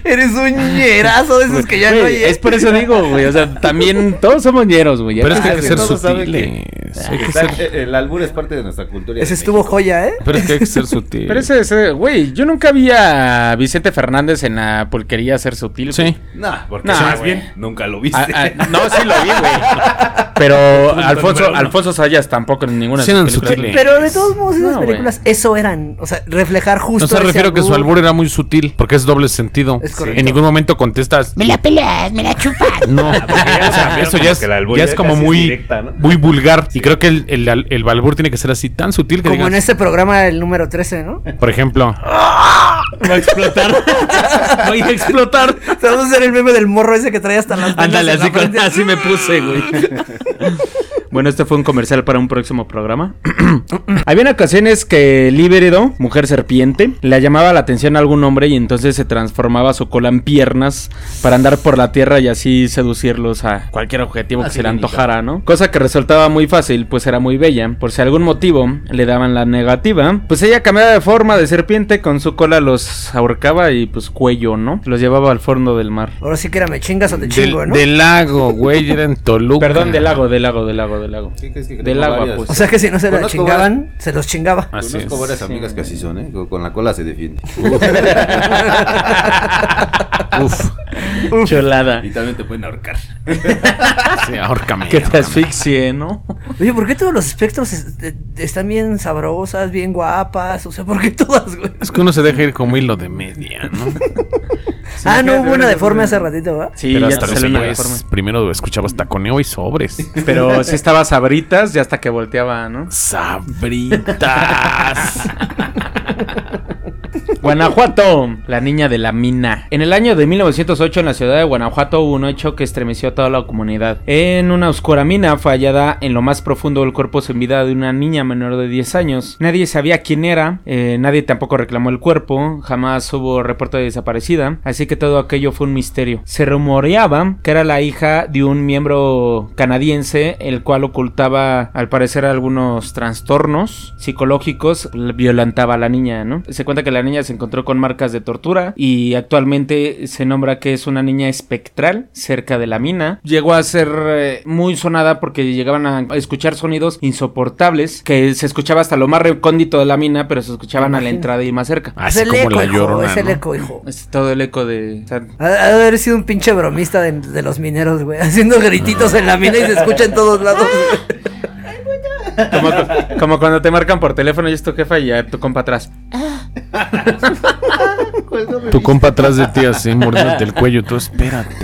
Speaker 2: Eres un ñerazo de esos que ya no
Speaker 5: Güey,
Speaker 2: hay. ¿eh?
Speaker 5: es por eso digo, güey. O sea, también todos somos ñeros, güey.
Speaker 6: Pero es que hay que ser
Speaker 7: Todos saben
Speaker 6: sutiles. Pues, hay que
Speaker 7: Está-
Speaker 6: ser-
Speaker 7: Eh, El albur es parte de nuestra cultura.
Speaker 2: Ese
Speaker 7: de
Speaker 2: estuvo
Speaker 7: Este, México.
Speaker 2: joya, ¿eh?
Speaker 6: Pero es que hay que ser sutil.
Speaker 5: Pero ese, ese- güey, yo nunca vi a Vicente Fernández en la pulquería ser sutil. güey.
Speaker 6: Sí.
Speaker 7: Nah, porque
Speaker 5: Nah,
Speaker 7: sabes
Speaker 5: güey.
Speaker 7: bien, nunca lo viste.
Speaker 5: Ah, ah, no, sí lo vi, güey. Pero Alfonso, Alfonso Sayas tampoco en ninguna
Speaker 6: Sí eran
Speaker 5: sus películas.
Speaker 6: sutiles.
Speaker 2: Pero de todos modos, esas
Speaker 5: No, güey.
Speaker 2: películas, eso eran. O sea, reflejar justo.
Speaker 6: No se
Speaker 2: ese
Speaker 6: refiero que su albur era muy sutil, porque es doble sentido.
Speaker 2: Es correcto.
Speaker 6: en ningún momento contestas. Me la pelas, me la chupas. No,
Speaker 7: ya
Speaker 6: o sea,
Speaker 7: lo
Speaker 6: eso
Speaker 7: cambiaron,
Speaker 6: ya es,
Speaker 7: porque el albur
Speaker 6: ya
Speaker 7: ya
Speaker 6: es como
Speaker 7: casi es
Speaker 6: muy,
Speaker 7: directa, ¿no?
Speaker 6: muy vulgar. Y creo que el, el, al- el albur tiene que ser así, tan sutil que
Speaker 2: Como
Speaker 6: digas.
Speaker 2: en este programa, el número 13, ¿no?
Speaker 6: Por ejemplo,
Speaker 5: Va a explotar. Voy a explotar.
Speaker 2: Te vamos a hacer el meme del morro ese que trae hasta las. venas
Speaker 5: Ándale,
Speaker 2: en la
Speaker 5: así, con-
Speaker 2: frente.
Speaker 5: así me puse, güey. Bueno, este fue un comercial para un próximo programa. Habían ocasiones que Líberedo, mujer serpiente, le llamaba la atención a algún hombre y entonces se transformaba su cola en piernas para andar por la tierra y así seducirlos a cualquier objetivo que se le antojara, ¿no? Cosa que resultaba muy fácil, pues era muy bella. Por si algún motivo le daban la negativa, pues ella cambiaba de forma de serpiente, con su cola los ahorcaba y pues cuello, ¿no? Los llevaba al fondo del mar.
Speaker 2: Ahora sí que era me chingas o te
Speaker 6: del,
Speaker 2: chingo, ¿no?
Speaker 6: del lago, güey, era en Toluca.
Speaker 5: Perdón, del lago, del lago, del lago, del lago.
Speaker 7: Sí, que es que
Speaker 5: Del
Speaker 7: tengo
Speaker 5: agua,
Speaker 7: varias.
Speaker 5: pues.
Speaker 2: O sea que si no se la
Speaker 7: Conozco
Speaker 2: chingaban, se los chingaba.
Speaker 6: Así
Speaker 7: Conozco
Speaker 6: es.
Speaker 7: varias amigas que así son, ¿eh? Con- Con la cola se defiende.
Speaker 6: Uf,
Speaker 5: Cholada.
Speaker 7: y también te pueden ahorcar.
Speaker 6: sí, ahórcame.
Speaker 5: Que te asfixie, ¿no?
Speaker 2: Oye, ¿por qué todos los espectros es- de- de- están bien sabrosas, bien guapas? O sea, ¿por qué todas, güey?
Speaker 6: Es que uno se deja ir como hilo de media, ¿no?
Speaker 2: ah, no hubo una deforme hace ratito, ¿va?
Speaker 5: Sí,
Speaker 6: Pero
Speaker 5: ya
Speaker 6: hasta
Speaker 5: te
Speaker 6: los
Speaker 5: sale una
Speaker 6: güeyes,
Speaker 5: deforme.
Speaker 6: primero escuchabas taconeo y sobres.
Speaker 5: Pero sí estaba sabritas ya hasta que volteaba, ¿no?
Speaker 6: Sabritas.
Speaker 5: Guanajuato, la niña de la mina. En el año de 1908 en la ciudad de Guanajuato hubo un hecho que estremeció a toda la comunidad. En una oscura mina fue hallada en lo más profundo del cuerpo sin vida de una niña menor de 10 años. Nadie sabía quién era, eh, nadie tampoco reclamó el cuerpo, jamás hubo reporte de desaparecida, así que todo aquello fue un misterio. Se rumoreaba que era la hija de un miembro canadiense, el cual ocultaba al parecer algunos trastornos psicológicos, violentaba a la niña, ¿no? Se cuenta que la niña se encontró con marcas de tortura y actualmente se nombra que es una niña espectral cerca de la mina. Llegó a ser eh, muy sonada porque llegaban a escuchar sonidos insoportables que se escuchaba hasta lo más recóndito de la mina, pero se escuchaban a la entrada y más cerca.
Speaker 2: Es
Speaker 6: Así
Speaker 2: el
Speaker 6: Ah, como
Speaker 2: eco,
Speaker 6: la
Speaker 2: hijo,
Speaker 6: llorona.
Speaker 2: es el
Speaker 6: ¿no?
Speaker 2: eco, hijo.
Speaker 5: Es todo el eco de... o sea,
Speaker 2: Ha ha de haber sido un pinche bromista de, de los mineros, güey. Haciendo grititos en la mina y se escucha en todos lados. güey.
Speaker 5: como, cu- como cuando te marcan por teléfono y es tu jefa y ya tu compa atrás.
Speaker 7: Pues,
Speaker 6: Tu compa atrás de ti así, mordiéndote el cuello. Tú, espérate,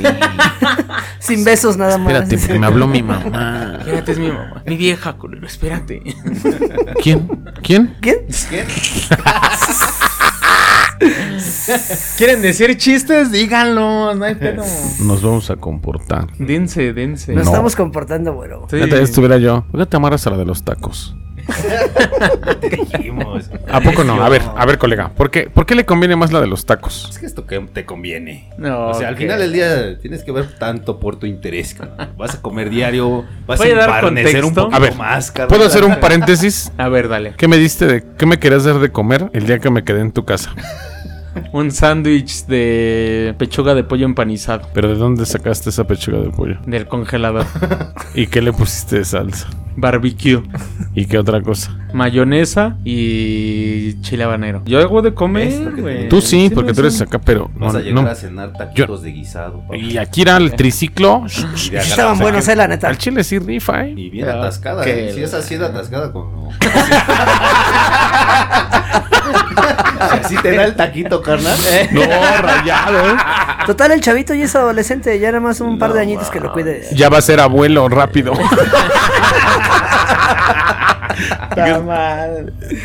Speaker 2: Sin besos nada más.
Speaker 6: espérate, me habló mi mamá.
Speaker 5: Espérate, es mi mamá. Mi vieja, culero, espérate.
Speaker 6: ¿Quién? ¿Quién?
Speaker 2: ¿Quién?
Speaker 5: ¿Quieren decir chistes? Díganlos, no hay pedo.
Speaker 6: Nos vamos a comportar.
Speaker 5: Dense, dense.
Speaker 2: Nos
Speaker 6: No.
Speaker 2: estamos comportando, güero.
Speaker 5: Sí.
Speaker 6: Neta, ya estuviera yo. ¿Por qué te amarras a la de los tacos?
Speaker 7: Dijimos.
Speaker 6: ¿A poco no? A ver, a ver, colega. ¿Por qué, ¿por qué le conviene más la de los tacos?
Speaker 7: Es que esto que te conviene.
Speaker 5: No,
Speaker 7: o sea, al
Speaker 5: ok.
Speaker 7: final del día tienes que ver tanto por tu interés, carnal. Vas a comer diario, vas a
Speaker 5: ¿Puede dar
Speaker 7: embarnecer un
Speaker 5: contexto?
Speaker 7: poquito
Speaker 6: A ver,
Speaker 7: más, carnal.
Speaker 6: ¿Puedo hacer un paréntesis?
Speaker 5: A ver, dale.
Speaker 6: ¿Qué me diste de qué me querías dar de comer el día que me quedé en tu casa?
Speaker 5: Un sándwich de pechuga de pollo empanizado
Speaker 6: ¿Pero de dónde sacaste esa pechuga de pollo?
Speaker 5: del congelador.
Speaker 6: ¿Y qué le pusiste de salsa?
Speaker 5: Barbecue,
Speaker 6: ¿Y qué otra cosa?
Speaker 5: mayonesa y chile habanero. Yo hago de comer, güey.
Speaker 6: Tú Eh, sí, porque
Speaker 5: me
Speaker 6: tú eres
Speaker 5: hacen.
Speaker 6: acá, pero no,
Speaker 7: Vas a llegar
Speaker 6: no.
Speaker 7: a cenar taquitos de guisado, papá.
Speaker 6: Y aquí era el triciclo.
Speaker 7: Y de
Speaker 2: Estaban
Speaker 7: agarrar-
Speaker 2: buenos, eh, la neta.
Speaker 6: Al chile sí rifa, ¿eh?
Speaker 7: Y bien atascada,
Speaker 5: que-
Speaker 7: eh. Si es así de atascada, como. Si así te da el taquito, carnal.
Speaker 6: No, rayado, ¿eh?
Speaker 2: Total, el chavito ya es adolescente. Ya nada más un par de añitos que lo cuide.
Speaker 6: Ya va a ser abuelo rápido.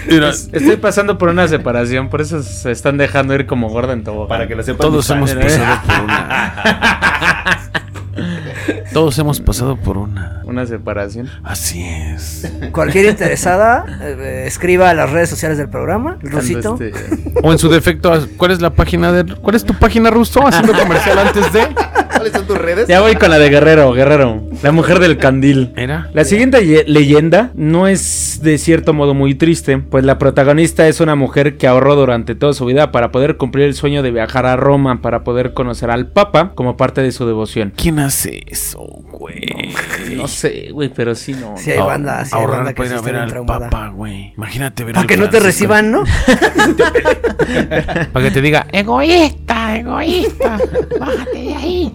Speaker 6: Mira,
Speaker 5: Estoy pasando por una separación, por eso se están dejando ir como gorda en tobogán.
Speaker 7: Para que lo sepan.
Speaker 6: todos
Speaker 7: mis
Speaker 6: hemos
Speaker 7: padres.
Speaker 6: pasado por una. Todos hemos pasado por una.
Speaker 5: Una separación.
Speaker 6: Así es.
Speaker 2: Cualquier interesada, eh, escriba a las redes sociales del programa. El Rusito.
Speaker 5: Cuando este-
Speaker 6: O en su defecto, ¿cuál es la página de cuál es tu página ruso haciendo comercial antes de?
Speaker 7: ¿Cuáles son tus redes?
Speaker 5: Ya voy con la de Guerrero, Guerrero. La mujer del candil.
Speaker 6: Mira.
Speaker 5: La siguiente ye- leyenda no es de cierto modo muy triste, pues la protagonista es una mujer que ahorró durante toda su vida para poder cumplir el sueño de viajar a Roma para poder conocer al Papa como parte de su devoción.
Speaker 6: ¿Quién hace eso, güey?
Speaker 5: No sé, güey, pero sí no.
Speaker 2: Si hay banda, si hay banda
Speaker 6: Ah,
Speaker 2: que
Speaker 6: Ahorrar para
Speaker 2: sí
Speaker 6: ir a
Speaker 2: está
Speaker 6: ver
Speaker 2: bien
Speaker 6: al
Speaker 2: traumada.
Speaker 6: papá, güey. Imagínate ver
Speaker 2: Para
Speaker 6: al
Speaker 2: que no te
Speaker 6: Francisco.
Speaker 2: reciban, ¿no?
Speaker 6: Para que te diga, "Eh, egoísta, egoísta. Bájate de ahí.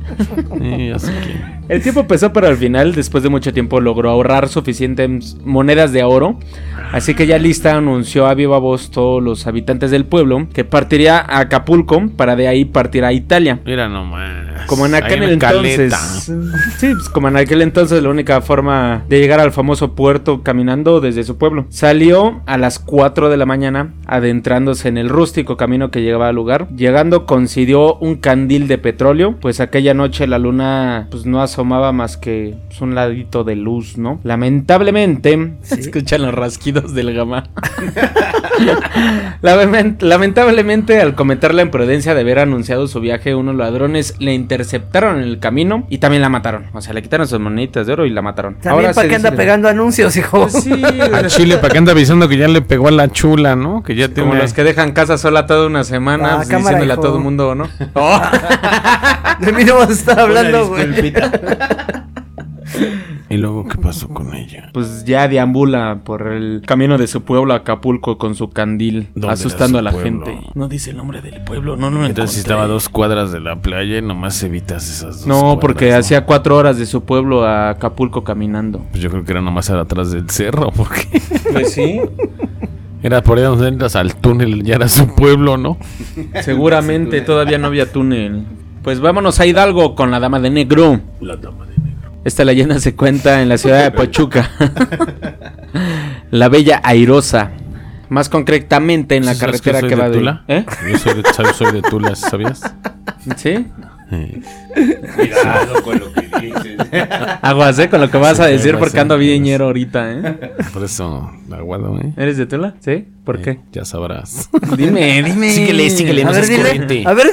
Speaker 6: Sí, ya sé que-
Speaker 5: El tiempo pesó, pero al final, después de mucho tiempo, logró ahorrar suficientes monedas de oro. Así que ya lista anunció a viva voz todos los habitantes del pueblo que partiría a Acapulco para de ahí partir a Italia.
Speaker 6: Mira nomás.
Speaker 5: Como en
Speaker 6: Ahí
Speaker 5: aquel
Speaker 6: Caleta.
Speaker 5: entonces. Sí, pues como en aquel entonces la única forma de llegar al famoso puerto caminando desde su pueblo. Salió a las 4 de la mañana adentrándose en el rústico camino que llegaba al lugar. Llegando consiguió un candil de petróleo, pues aquella noche la luna pues no asomaba más que pues, un ladito de luz, ¿no? Lamentablemente, se escuchan los rasquidos del gama. Lament- Lamentablemente, al cometer la imprudencia de haber anunciado su viaje, unos ladrones le interceptaron en el camino y también la mataron. O sea, le quitaron sus moneditas de oro y la mataron.
Speaker 2: También para
Speaker 5: se
Speaker 2: qué anda
Speaker 5: dice-
Speaker 2: pegando anuncios, hijo.
Speaker 5: Pues sí,
Speaker 6: A Chile, para que anda avisando que ya le pegó a la chula, ¿no? Que ya tiene.
Speaker 5: como los que dejan casa sola toda una semana,
Speaker 2: Ah,
Speaker 5: pues,
Speaker 2: cámara,
Speaker 5: diciéndole
Speaker 2: hijo.
Speaker 5: a todo el mundo, ¿no?
Speaker 2: De mí no vas a estar hablando, güey.
Speaker 6: ¿Y luego qué pasó con ella?
Speaker 5: Pues ya deambula por el camino de su pueblo a Acapulco con su candil,
Speaker 6: ¿Dónde era
Speaker 5: asustando
Speaker 6: su
Speaker 5: a la
Speaker 6: pueblo?
Speaker 5: gente. No dice el nombre del pueblo, no, no
Speaker 6: Entonces estaba a dos cuadras de la playa y nomás evitas esas dos.
Speaker 5: No,
Speaker 6: cuadras,
Speaker 5: porque
Speaker 6: ¿no?
Speaker 5: hacía cuatro horas de su pueblo a Acapulco caminando.
Speaker 6: Pues yo creo que era nomás era atrás del cerro, porque
Speaker 5: Pues sí,
Speaker 6: era por ahí donde entras al túnel, ya era su pueblo, ¿no?
Speaker 5: Seguramente todavía no había túnel. Pues vámonos a Hidalgo con la dama de negro. Esta leyenda se cuenta en la ciudad de Pachuca. la bella airosa. Más concretamente en la
Speaker 6: ¿Sabes
Speaker 5: carretera que,
Speaker 6: soy
Speaker 5: va
Speaker 6: de
Speaker 5: de...
Speaker 6: Tula?
Speaker 5: ¿Eh?
Speaker 6: Yo soy de, sabes, soy de Tula, ¿sabías?
Speaker 5: ¿Sí?
Speaker 7: Cuidado con lo que dices.
Speaker 5: Aguas, ¿eh? Con lo que vas a
Speaker 6: Sí,
Speaker 5: decir
Speaker 6: aguas,
Speaker 5: porque ando
Speaker 6: aguas.
Speaker 5: bien ñero ahorita, ¿eh?
Speaker 6: Por eso, aguado, ¿eh?
Speaker 5: ¿Eres de Tula? ¿Sí? ¿Por
Speaker 6: Eh,
Speaker 5: qué?
Speaker 6: Ya sabrás.
Speaker 5: Dime, dime.
Speaker 1: Síguele, síguele,
Speaker 2: A
Speaker 1: no
Speaker 2: ver,
Speaker 1: seas
Speaker 2: dile.
Speaker 1: corriente.
Speaker 2: A ver,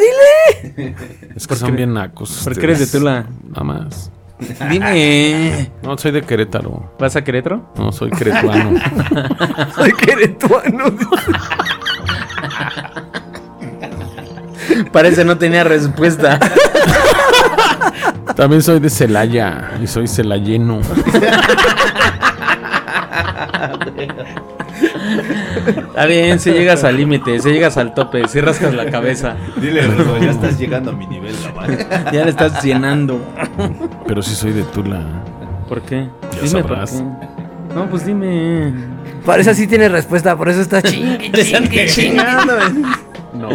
Speaker 2: dile.
Speaker 6: Es que son bien nacos.
Speaker 5: ¿Por qué eres de
Speaker 6: ustedes.
Speaker 5: Tula?
Speaker 6: Nada más.
Speaker 5: Dime.
Speaker 6: No, soy de Querétaro.
Speaker 5: ¿Vas a Querétaro?
Speaker 6: No, soy queretuano.
Speaker 2: Soy queretuano.
Speaker 5: Parece no tenía respuesta.
Speaker 6: También soy de Celaya. Y soy celayeno.
Speaker 5: Está bien, si llegas al límite, si llegas al tope, si rascas la cabeza.
Speaker 7: Dile, Rodrigo, ya estás llegando a mi nivel, cabrón.
Speaker 5: Ya le estás llenando.
Speaker 6: Pero sí soy de Tula.
Speaker 5: ¿Por qué?
Speaker 6: Ya
Speaker 5: dime
Speaker 6: sabrás.
Speaker 5: por qué. No, pues dime.
Speaker 2: Para eso sí tiene respuesta, por eso está chingue, chingue, chingando.
Speaker 5: No.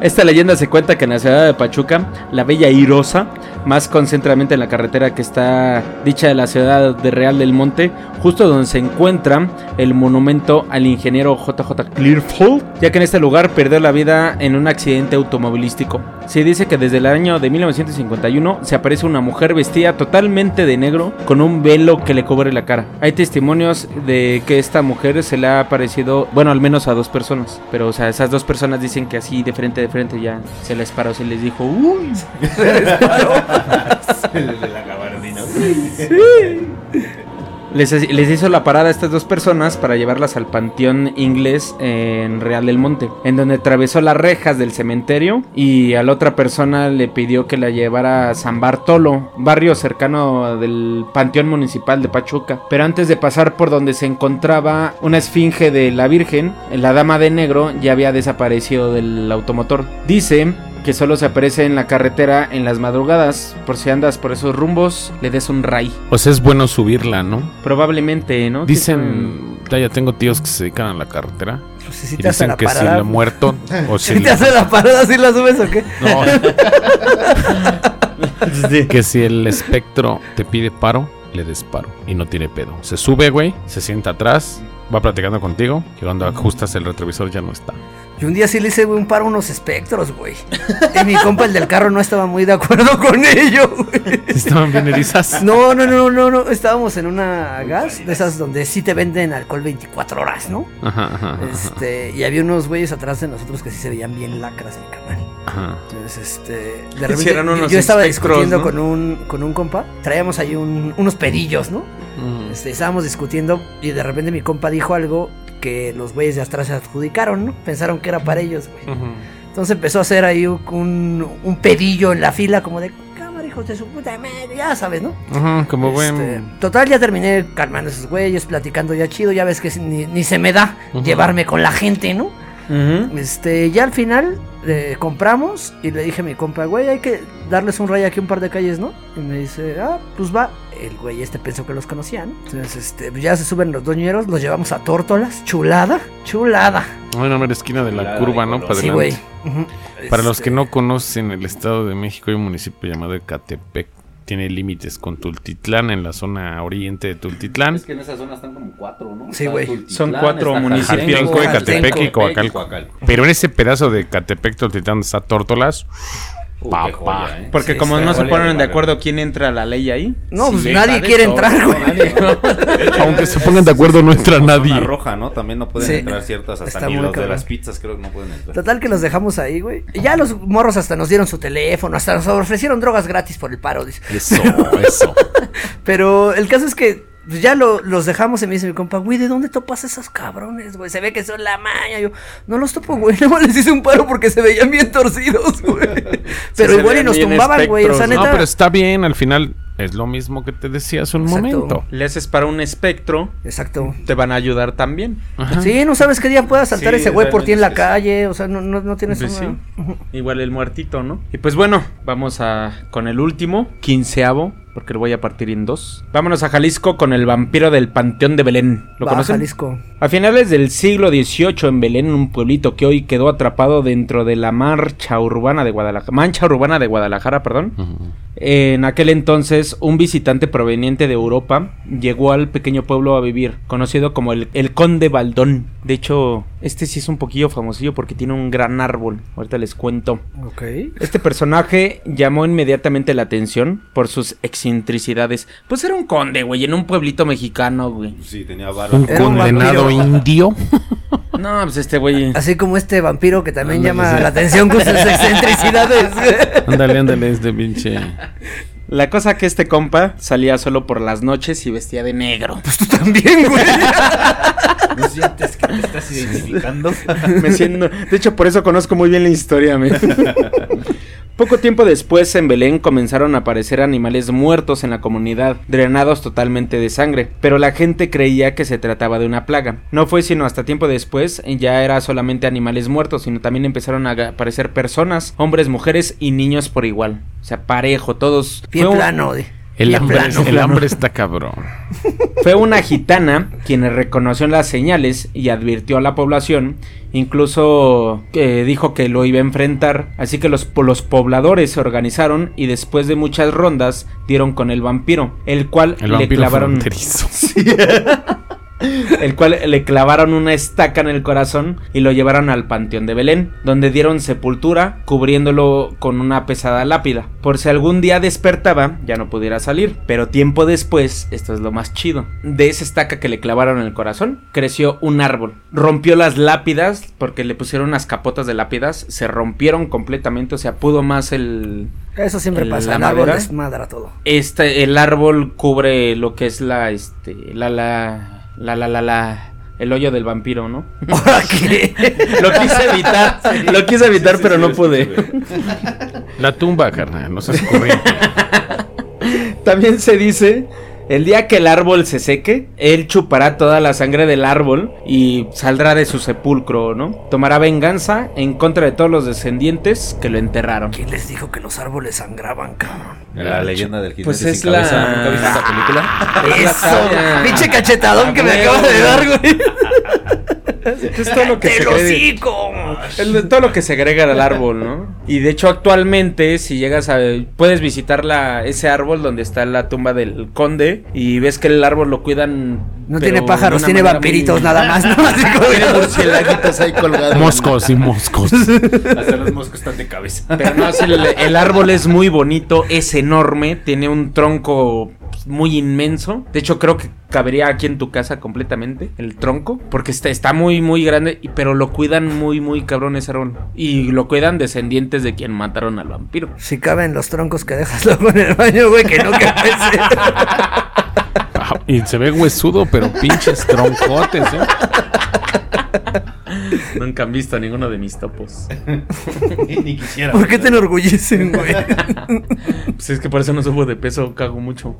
Speaker 5: Esta leyenda se cuenta que en la ciudad de Pachuca, la bella Irosa, más concentradamente en la carretera que está dicha de la ciudad de Real del Monte, justo donde se encuentra el monumento al ingeniero JJ Clearfield, ya que en este lugar perdió la vida en un accidente automovilístico. Se dice que desde el año de 1951 se aparece una mujer vestida totalmente de negro con un velo que le cubre la cara. Hay testimonios de que esta mujer se le ha aparecido, bueno, al menos a dos personas, pero o sea, esas dos personas dicen que así de frente de frente ya se les paró, se les dijo, "Uh". "Uy,
Speaker 7: El de la gabardina.
Speaker 5: Les, les hizo la parada a estas dos personas para llevarlas al panteón inglés en Real del Monte, en donde atravesó las rejas del cementerio y a la otra persona le pidió que la llevara a San Bartolo, barrio cercano del panteón municipal de Pachuca. Pero antes de pasar por donde se encontraba una esfinge de la Virgen, la dama de negro ya había desaparecido del automotor. Dice que solo se aparece en la carretera en las madrugadas, por si andas por esos rumbos, le des un ray.
Speaker 6: O sea, es bueno subirla, ¿no?
Speaker 5: Probablemente, ¿no?
Speaker 6: Dicen, ya, ya tengo tíos que se dedican a la carretera.
Speaker 2: Pues si
Speaker 6: Y
Speaker 2: te hace
Speaker 6: dicen
Speaker 2: la
Speaker 6: que si
Speaker 2: parada.
Speaker 6: la muerto o si
Speaker 2: Si te
Speaker 6: la-
Speaker 2: hace la parada, si la subes o qué.
Speaker 6: que si el espectro te pide paro, le des paro y no tiene pedo. Se sube, güey, se sienta atrás, va platicando contigo y cuando ajustas el retrovisor ya no está.
Speaker 2: Y un día sí le hice güey, un paro a unos espectros, güey. Y mi compa, el del carro, no estaba muy de acuerdo con ello, güey.
Speaker 6: Estaban bien erizas.
Speaker 2: No, no, no, no, no. Estábamos en una gas de esas donde sí te venden alcohol 24 horas, ¿no?
Speaker 6: Ajá, ajá, ajá,
Speaker 2: Este, y había unos güeyes atrás de nosotros que sí se veían bien lacras, mi canal.
Speaker 6: ajá.
Speaker 2: Entonces, este, de
Speaker 5: Que
Speaker 2: repente
Speaker 5: sí eran
Speaker 2: yo-
Speaker 5: unos
Speaker 2: yo estaba
Speaker 5: espectros,
Speaker 2: discutiendo
Speaker 5: ¿no?
Speaker 2: con un con un compa, traíamos ahí un- unos pedillos, ¿no?
Speaker 5: Mm.
Speaker 2: Este, estábamos discutiendo y de repente mi compa dijo algo que los güeyes de atrás se adjudicaron, ¿no? Pensaron que era para ellos, güey. Entonces empezó a hacer ahí un, un- un pedillo en la fila, como de cámara, hijos de su puta madre, ya sabes, ¿no?
Speaker 6: Ajá, como
Speaker 2: Este,
Speaker 6: buen...
Speaker 2: total, ya terminé calmando a esos güeyes, platicando ya chido, ya ves que ni, ni se me da llevarme con la gente, ¿no? Este, ya al final eh, compramos y le dije a mi compa, güey, hay que darles un rayo aquí un par de calles, ¿no? Y me dice, ah, pues va. El güey este pensó que los conocían. Entonces, este, pues ya se suben los doñeros, los llevamos a tórtolas. Chulada, chulada.
Speaker 6: Bueno, a la esquina de
Speaker 7: La
Speaker 6: la
Speaker 7: de
Speaker 6: curva, ¿no? Para
Speaker 7: Colosio.
Speaker 2: Sí,
Speaker 6: adelante.
Speaker 2: güey. Ujú.
Speaker 6: Para los que
Speaker 2: Este,
Speaker 6: no conocen, el Estado de México hay un municipio llamado Ecatepec. Tiene límites con Tultitlán en la zona oriente de Tultitlán.
Speaker 7: Es que en esa zona están como cuatro, ¿no?
Speaker 2: Sí, güey.
Speaker 7: Está
Speaker 5: Son
Speaker 7: Tultitlán,
Speaker 5: cuatro
Speaker 7: está
Speaker 5: municipios.
Speaker 7: Jaltenco,
Speaker 2: Jaltenco,
Speaker 6: Ecatepec y Coacalco. Pero en ese pedazo de Ecatepec, Tultitlán, está Tórtolas.
Speaker 7: Uh, qué
Speaker 6: Papá.
Speaker 7: joya, ¿eh?
Speaker 5: Porque
Speaker 2: Sí,
Speaker 5: como
Speaker 6: este,
Speaker 2: está
Speaker 5: no se
Speaker 7: vale,
Speaker 5: ponen de
Speaker 7: vale.
Speaker 5: acuerdo quién entra a la ley ahí.
Speaker 2: No, pues
Speaker 7: Sí,
Speaker 2: nadie
Speaker 7: está de
Speaker 2: quiere
Speaker 7: todo,
Speaker 2: entrar, güey.
Speaker 7: nadie.
Speaker 6: Aunque se pongan de acuerdo, no entra
Speaker 7: Zona
Speaker 6: nadie.
Speaker 7: roja, ¿no? También no pueden
Speaker 2: Sí.
Speaker 7: entrar ciertas, hasta
Speaker 2: Está
Speaker 7: ni
Speaker 2: muy
Speaker 7: los de
Speaker 2: cabrón.
Speaker 7: las pizzas creo que no pueden entrar.
Speaker 2: Total que los dejamos ahí, güey. Y Ya los morros hasta nos dieron su teléfono, hasta nos ofrecieron drogas gratis por el paro, dice.
Speaker 6: Eso, eso.
Speaker 2: Pero el caso es que pues, ya lo- los dejamos y me dice mi compa, güey, ¿de dónde topas esos cabrones, güey? Se ve que son la maña. Yo, no los topo, güey. No les hice un paro porque se veían bien torcidos, güey. Pero
Speaker 5: se
Speaker 2: igual y
Speaker 5: veían
Speaker 2: nos
Speaker 5: bien
Speaker 2: tumbaban, güey. O sea,
Speaker 6: No,
Speaker 2: neta.
Speaker 6: pero está bien, al final es lo mismo que te decía hace un
Speaker 2: Exacto.
Speaker 6: momento.
Speaker 5: Le haces para un espectro,
Speaker 2: Exacto.
Speaker 5: te van a ayudar también.
Speaker 6: Ajá.
Speaker 2: Sí, no sabes qué día pueda saltar
Speaker 7: Sí,
Speaker 2: ese güey por ti en la
Speaker 7: realmente es
Speaker 2: calle. O sea, no, no, no tienes
Speaker 5: Pues
Speaker 2: una-
Speaker 5: Igual el muertito, ¿no? Y pues bueno, vamos a con el último, quinceavo, porque lo voy a partir en dos. Vámonos a Jalisco con el vampiro del Panteón de Belén. ¿Lo
Speaker 2: Va a
Speaker 5: conocen?
Speaker 2: Jalisco.
Speaker 5: A finales del siglo XVIII en Belén, un pueblito que hoy quedó atrapado dentro de la marcha urbana de Guadalajara, mancha urbana de Guadalajara, perdón. En aquel entonces, un visitante proveniente de Europa llegó al pequeño pueblo a vivir, conocido como el, el Conde Baldón. De hecho, este sí es un poquillo famosillo porque tiene un gran árbol. Ahorita les cuento.
Speaker 2: Ok.
Speaker 5: Este personaje llamó inmediatamente la atención por sus excentricidades. Pues era un conde, güey, en un pueblito mexicano, güey.
Speaker 7: Pues Sí, tenía varo.
Speaker 6: Un
Speaker 2: Era un
Speaker 6: condenado
Speaker 2: vampiro.
Speaker 6: indio.
Speaker 5: No, pues este güey.
Speaker 2: Así como este vampiro que también llama la atención con sus excentricidades.
Speaker 6: Ándale, ándale, este pinche.
Speaker 5: La cosa que este compa salía solo por las noches y vestía de negro.
Speaker 2: También, güey.
Speaker 7: ¿No sientes que te estás identificando?
Speaker 5: Me siento- De hecho, por eso conozco muy bien la historia. men. Poco tiempo después, en Belén comenzaron a aparecer animales muertos en la comunidad, drenados totalmente de sangre, pero la gente creía que se trataba de una plaga. No fue sino hasta tiempo después, ya era solamente animales muertos, sino también empezaron a aparecer personas, hombres, mujeres y niños por igual. O sea, parejo, todos.
Speaker 2: Pie
Speaker 5: Fue un-
Speaker 2: plano, güey.
Speaker 6: El
Speaker 2: Pie
Speaker 6: hambre,
Speaker 2: plano.
Speaker 6: el hambre está cabrón.
Speaker 5: Fue una gitana quien reconoció las señales y advirtió a la población, incluso eh, dijo que lo iba a enfrentar, así que los, los pobladores se organizaron y después de muchas rondas dieron con el vampiro, el cual
Speaker 6: El
Speaker 5: le
Speaker 6: vampiro
Speaker 5: clavaron
Speaker 6: fronterizo.
Speaker 5: el cual le clavaron una estaca en el corazón y lo llevaron al panteón de Belén, donde dieron sepultura cubriéndolo con una pesada lápida, por si algún día despertaba ya no pudiera salir, pero tiempo después, esto es lo más chido, de esa estaca que le clavaron en el corazón, creció un árbol, rompió las lápidas porque le pusieron unas capotas de lápidas, se rompieron completamente, o sea, pudo más el,
Speaker 2: Eso siempre
Speaker 5: ¿La
Speaker 2: pasa. El árbol
Speaker 5: madera?
Speaker 2: desmadra todo.
Speaker 5: este, el árbol cubre lo que es la, este, la, la, la, la, la, la- el hoyo del vampiro, ¿no?
Speaker 2: ¿Ahora qué?
Speaker 5: Lo quise evitar, lo quise evitar,
Speaker 7: Sí, sí,
Speaker 5: pero
Speaker 7: sí,
Speaker 5: no
Speaker 7: lo
Speaker 5: pude.
Speaker 7: escuché, güey.
Speaker 6: La tumba, carnal, no seas corriente.
Speaker 5: También se dice, el día que el árbol se seque, él chupará toda la sangre del árbol y saldrá de su sepulcro, ¿no? Tomará venganza en contra de todos los descendientes que lo enterraron.
Speaker 2: ¿Quién les dijo que los árboles sangraban, cabrón?
Speaker 7: La leyenda del jinete
Speaker 5: Pues
Speaker 7: sin
Speaker 5: es la-
Speaker 7: cabeza. ¿Nunca viste esa película?
Speaker 2: Eso,
Speaker 5: sabia.
Speaker 2: pinche cachetadón que me
Speaker 5: Ah,
Speaker 2: acabas de
Speaker 5: güey.
Speaker 2: dar, güey.
Speaker 5: Es todo lo que se
Speaker 2: ¡Te lo
Speaker 5: cree de-
Speaker 2: hocico!
Speaker 5: Es lo- todo lo que se agrega al árbol, ¿no? Y de hecho actualmente si llegas a puedes visitar la, ese árbol donde está la tumba del conde y ves que el árbol lo cuidan.
Speaker 2: No
Speaker 5: pero
Speaker 2: tiene
Speaker 5: de
Speaker 2: pájaros,
Speaker 5: una
Speaker 2: tiene
Speaker 5: manera
Speaker 2: vampiritos
Speaker 5: muy-
Speaker 2: nada más, ¿no? Así como-
Speaker 7: Tiene murciélaguitos ahí colgados.
Speaker 6: Moscos y moscos.
Speaker 7: Hasta los moscos están de cabeza.
Speaker 5: Pero no, sí, el, el árbol es muy bonito, es enorme, tiene un tronco pues, muy inmenso. De hecho, creo que cabería aquí en tu casa completamente, el tronco, porque está, está muy, muy grande, y- pero lo cuidan muy, muy cabrón ese árbol. Y lo cuidan descendientes de quien mataron al vampiro.
Speaker 2: Si caben los troncos que dejas luego en el baño, güey, que no que pese.
Speaker 6: Ah, Y se ve huesudo, pero pinches troncotes, ¿eh?
Speaker 5: Nunca han visto ninguno de mis topos.
Speaker 7: Ni quisiera.
Speaker 2: ¿Por qué te enorgullecen, güey?
Speaker 5: Pues es que por eso no subo de peso, cago mucho.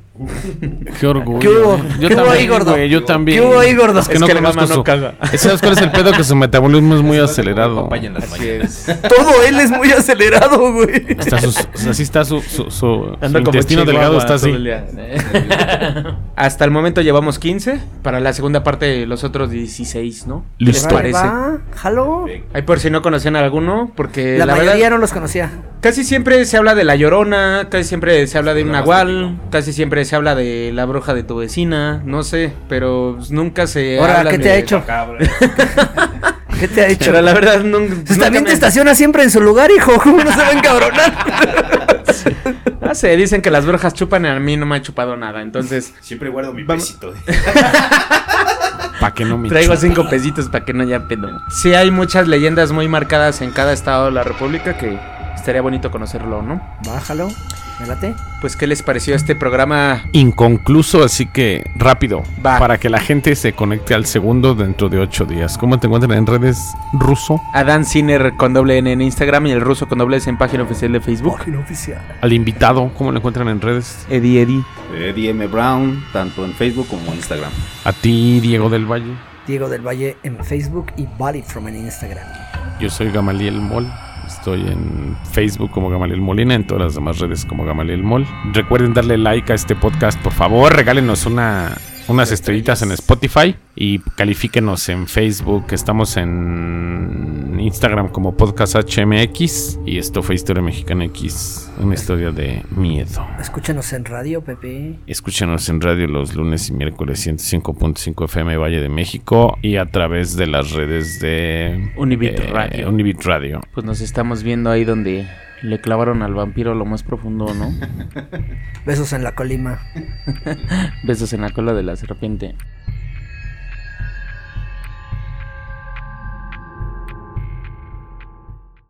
Speaker 6: Qué orgullo.
Speaker 2: ¿Qué hubo?
Speaker 6: güey.
Speaker 2: ¿Qué hubo
Speaker 6: también,
Speaker 2: ahí, gordo?
Speaker 6: güey, yo también.
Speaker 2: ¿Qué hubo ahí, gordo?
Speaker 6: Es que
Speaker 5: Es
Speaker 6: no
Speaker 5: que la
Speaker 6: conozco
Speaker 5: mamá no
Speaker 6: su-
Speaker 5: caga.
Speaker 6: ¿Sabes cuál es el pedo? Que su metabolismo es muy acelerado.
Speaker 7: Papaya en las
Speaker 5: Así
Speaker 7: mañanas.
Speaker 5: es.
Speaker 2: Todo él es muy acelerado, güey.
Speaker 6: Está sus- o sea, así está su, su, su- su
Speaker 5: Anda como
Speaker 6: intestino delgado,
Speaker 5: chihuahua
Speaker 6: está
Speaker 5: todo el
Speaker 6: así.
Speaker 5: día. Hasta el momento llevamos 15. Para la segunda parte, los otros 16, ¿no? ¿Qué les
Speaker 6: Listo.
Speaker 5: parece?
Speaker 2: Va, jalo.
Speaker 5: Ay, por si no conocían a alguno, porque
Speaker 2: La,
Speaker 5: la,
Speaker 2: mayoría
Speaker 5: verdad,
Speaker 2: no los conocía.
Speaker 5: casi siempre se habla de la llorona, casi siempre se habla de un
Speaker 7: Lo más
Speaker 5: nahual, casi siempre se habla de la bruja de tu vecina, no sé, pero pues, nunca se.
Speaker 2: Ahora,
Speaker 5: habla
Speaker 2: ¿qué te
Speaker 5: de-
Speaker 2: ha hecho? ¿Qué te ha hecho?
Speaker 5: Pero la verdad, nun- nunca.
Speaker 2: Pues también
Speaker 5: me-
Speaker 2: te estaciona siempre en su lugar, hijo. ¿Cómo no se va a encabronar?
Speaker 5: Ah, se dicen que las brujas chupan, a mí no me ha chupado nada, entonces.
Speaker 7: Siempre guardo mi
Speaker 5: Vamos.
Speaker 7: besito.
Speaker 6: Para que no me
Speaker 5: Traigo
Speaker 6: chupe.
Speaker 5: cinco pesitos para que no haya pedo. Sí hay muchas leyendas muy marcadas en cada estado de la república que estaría bonito conocerlo, ¿no?
Speaker 2: Bájalo. Me late.
Speaker 5: Pues, ¿qué les pareció este programa?
Speaker 6: Inconcluso, así que rápido.
Speaker 5: Va.
Speaker 6: Para que la gente se conecte al segundo dentro de ocho días. ¿Cómo te encuentran en redes ruso?
Speaker 5: Adán Sinner con doble N en Instagram y el ruso con doble S en página oficial de Facebook.
Speaker 2: Página oficial.
Speaker 6: Al invitado, ¿cómo lo encuentran en redes?
Speaker 5: Eddie Eddie.
Speaker 7: Eddie M. Brown, tanto en Facebook como en Instagram.
Speaker 6: A ti, Diego del Valle.
Speaker 2: Diego del Valle en Facebook y Valley from en Instagram.
Speaker 6: Yo soy Gamaliel Mol. Estoy en Facebook como Gamaliel Molina, en todas las demás redes como Gamaliel Mol. Recuerden darle like a este podcast, por favor. Regálenos una, unas estrellitas en Spotify y califíquenos en Facebook. Estamos en Instagram como Podcast HMX. Y esto fue Historia Mexicana X, una historia de miedo.
Speaker 2: Escúchanos en radio, Pepe.
Speaker 6: Escúchenos en radio los lunes y miércoles 105.5 FM Valle de México y a través de las redes de
Speaker 5: Univit
Speaker 6: eh,
Speaker 5: Radio.
Speaker 6: Univit Radio.
Speaker 5: Pues nos estamos viendo ahí donde le clavaron al vampiro lo más profundo, ¿no?
Speaker 2: Besos en la colima.
Speaker 5: Besos en la cola de la serpiente.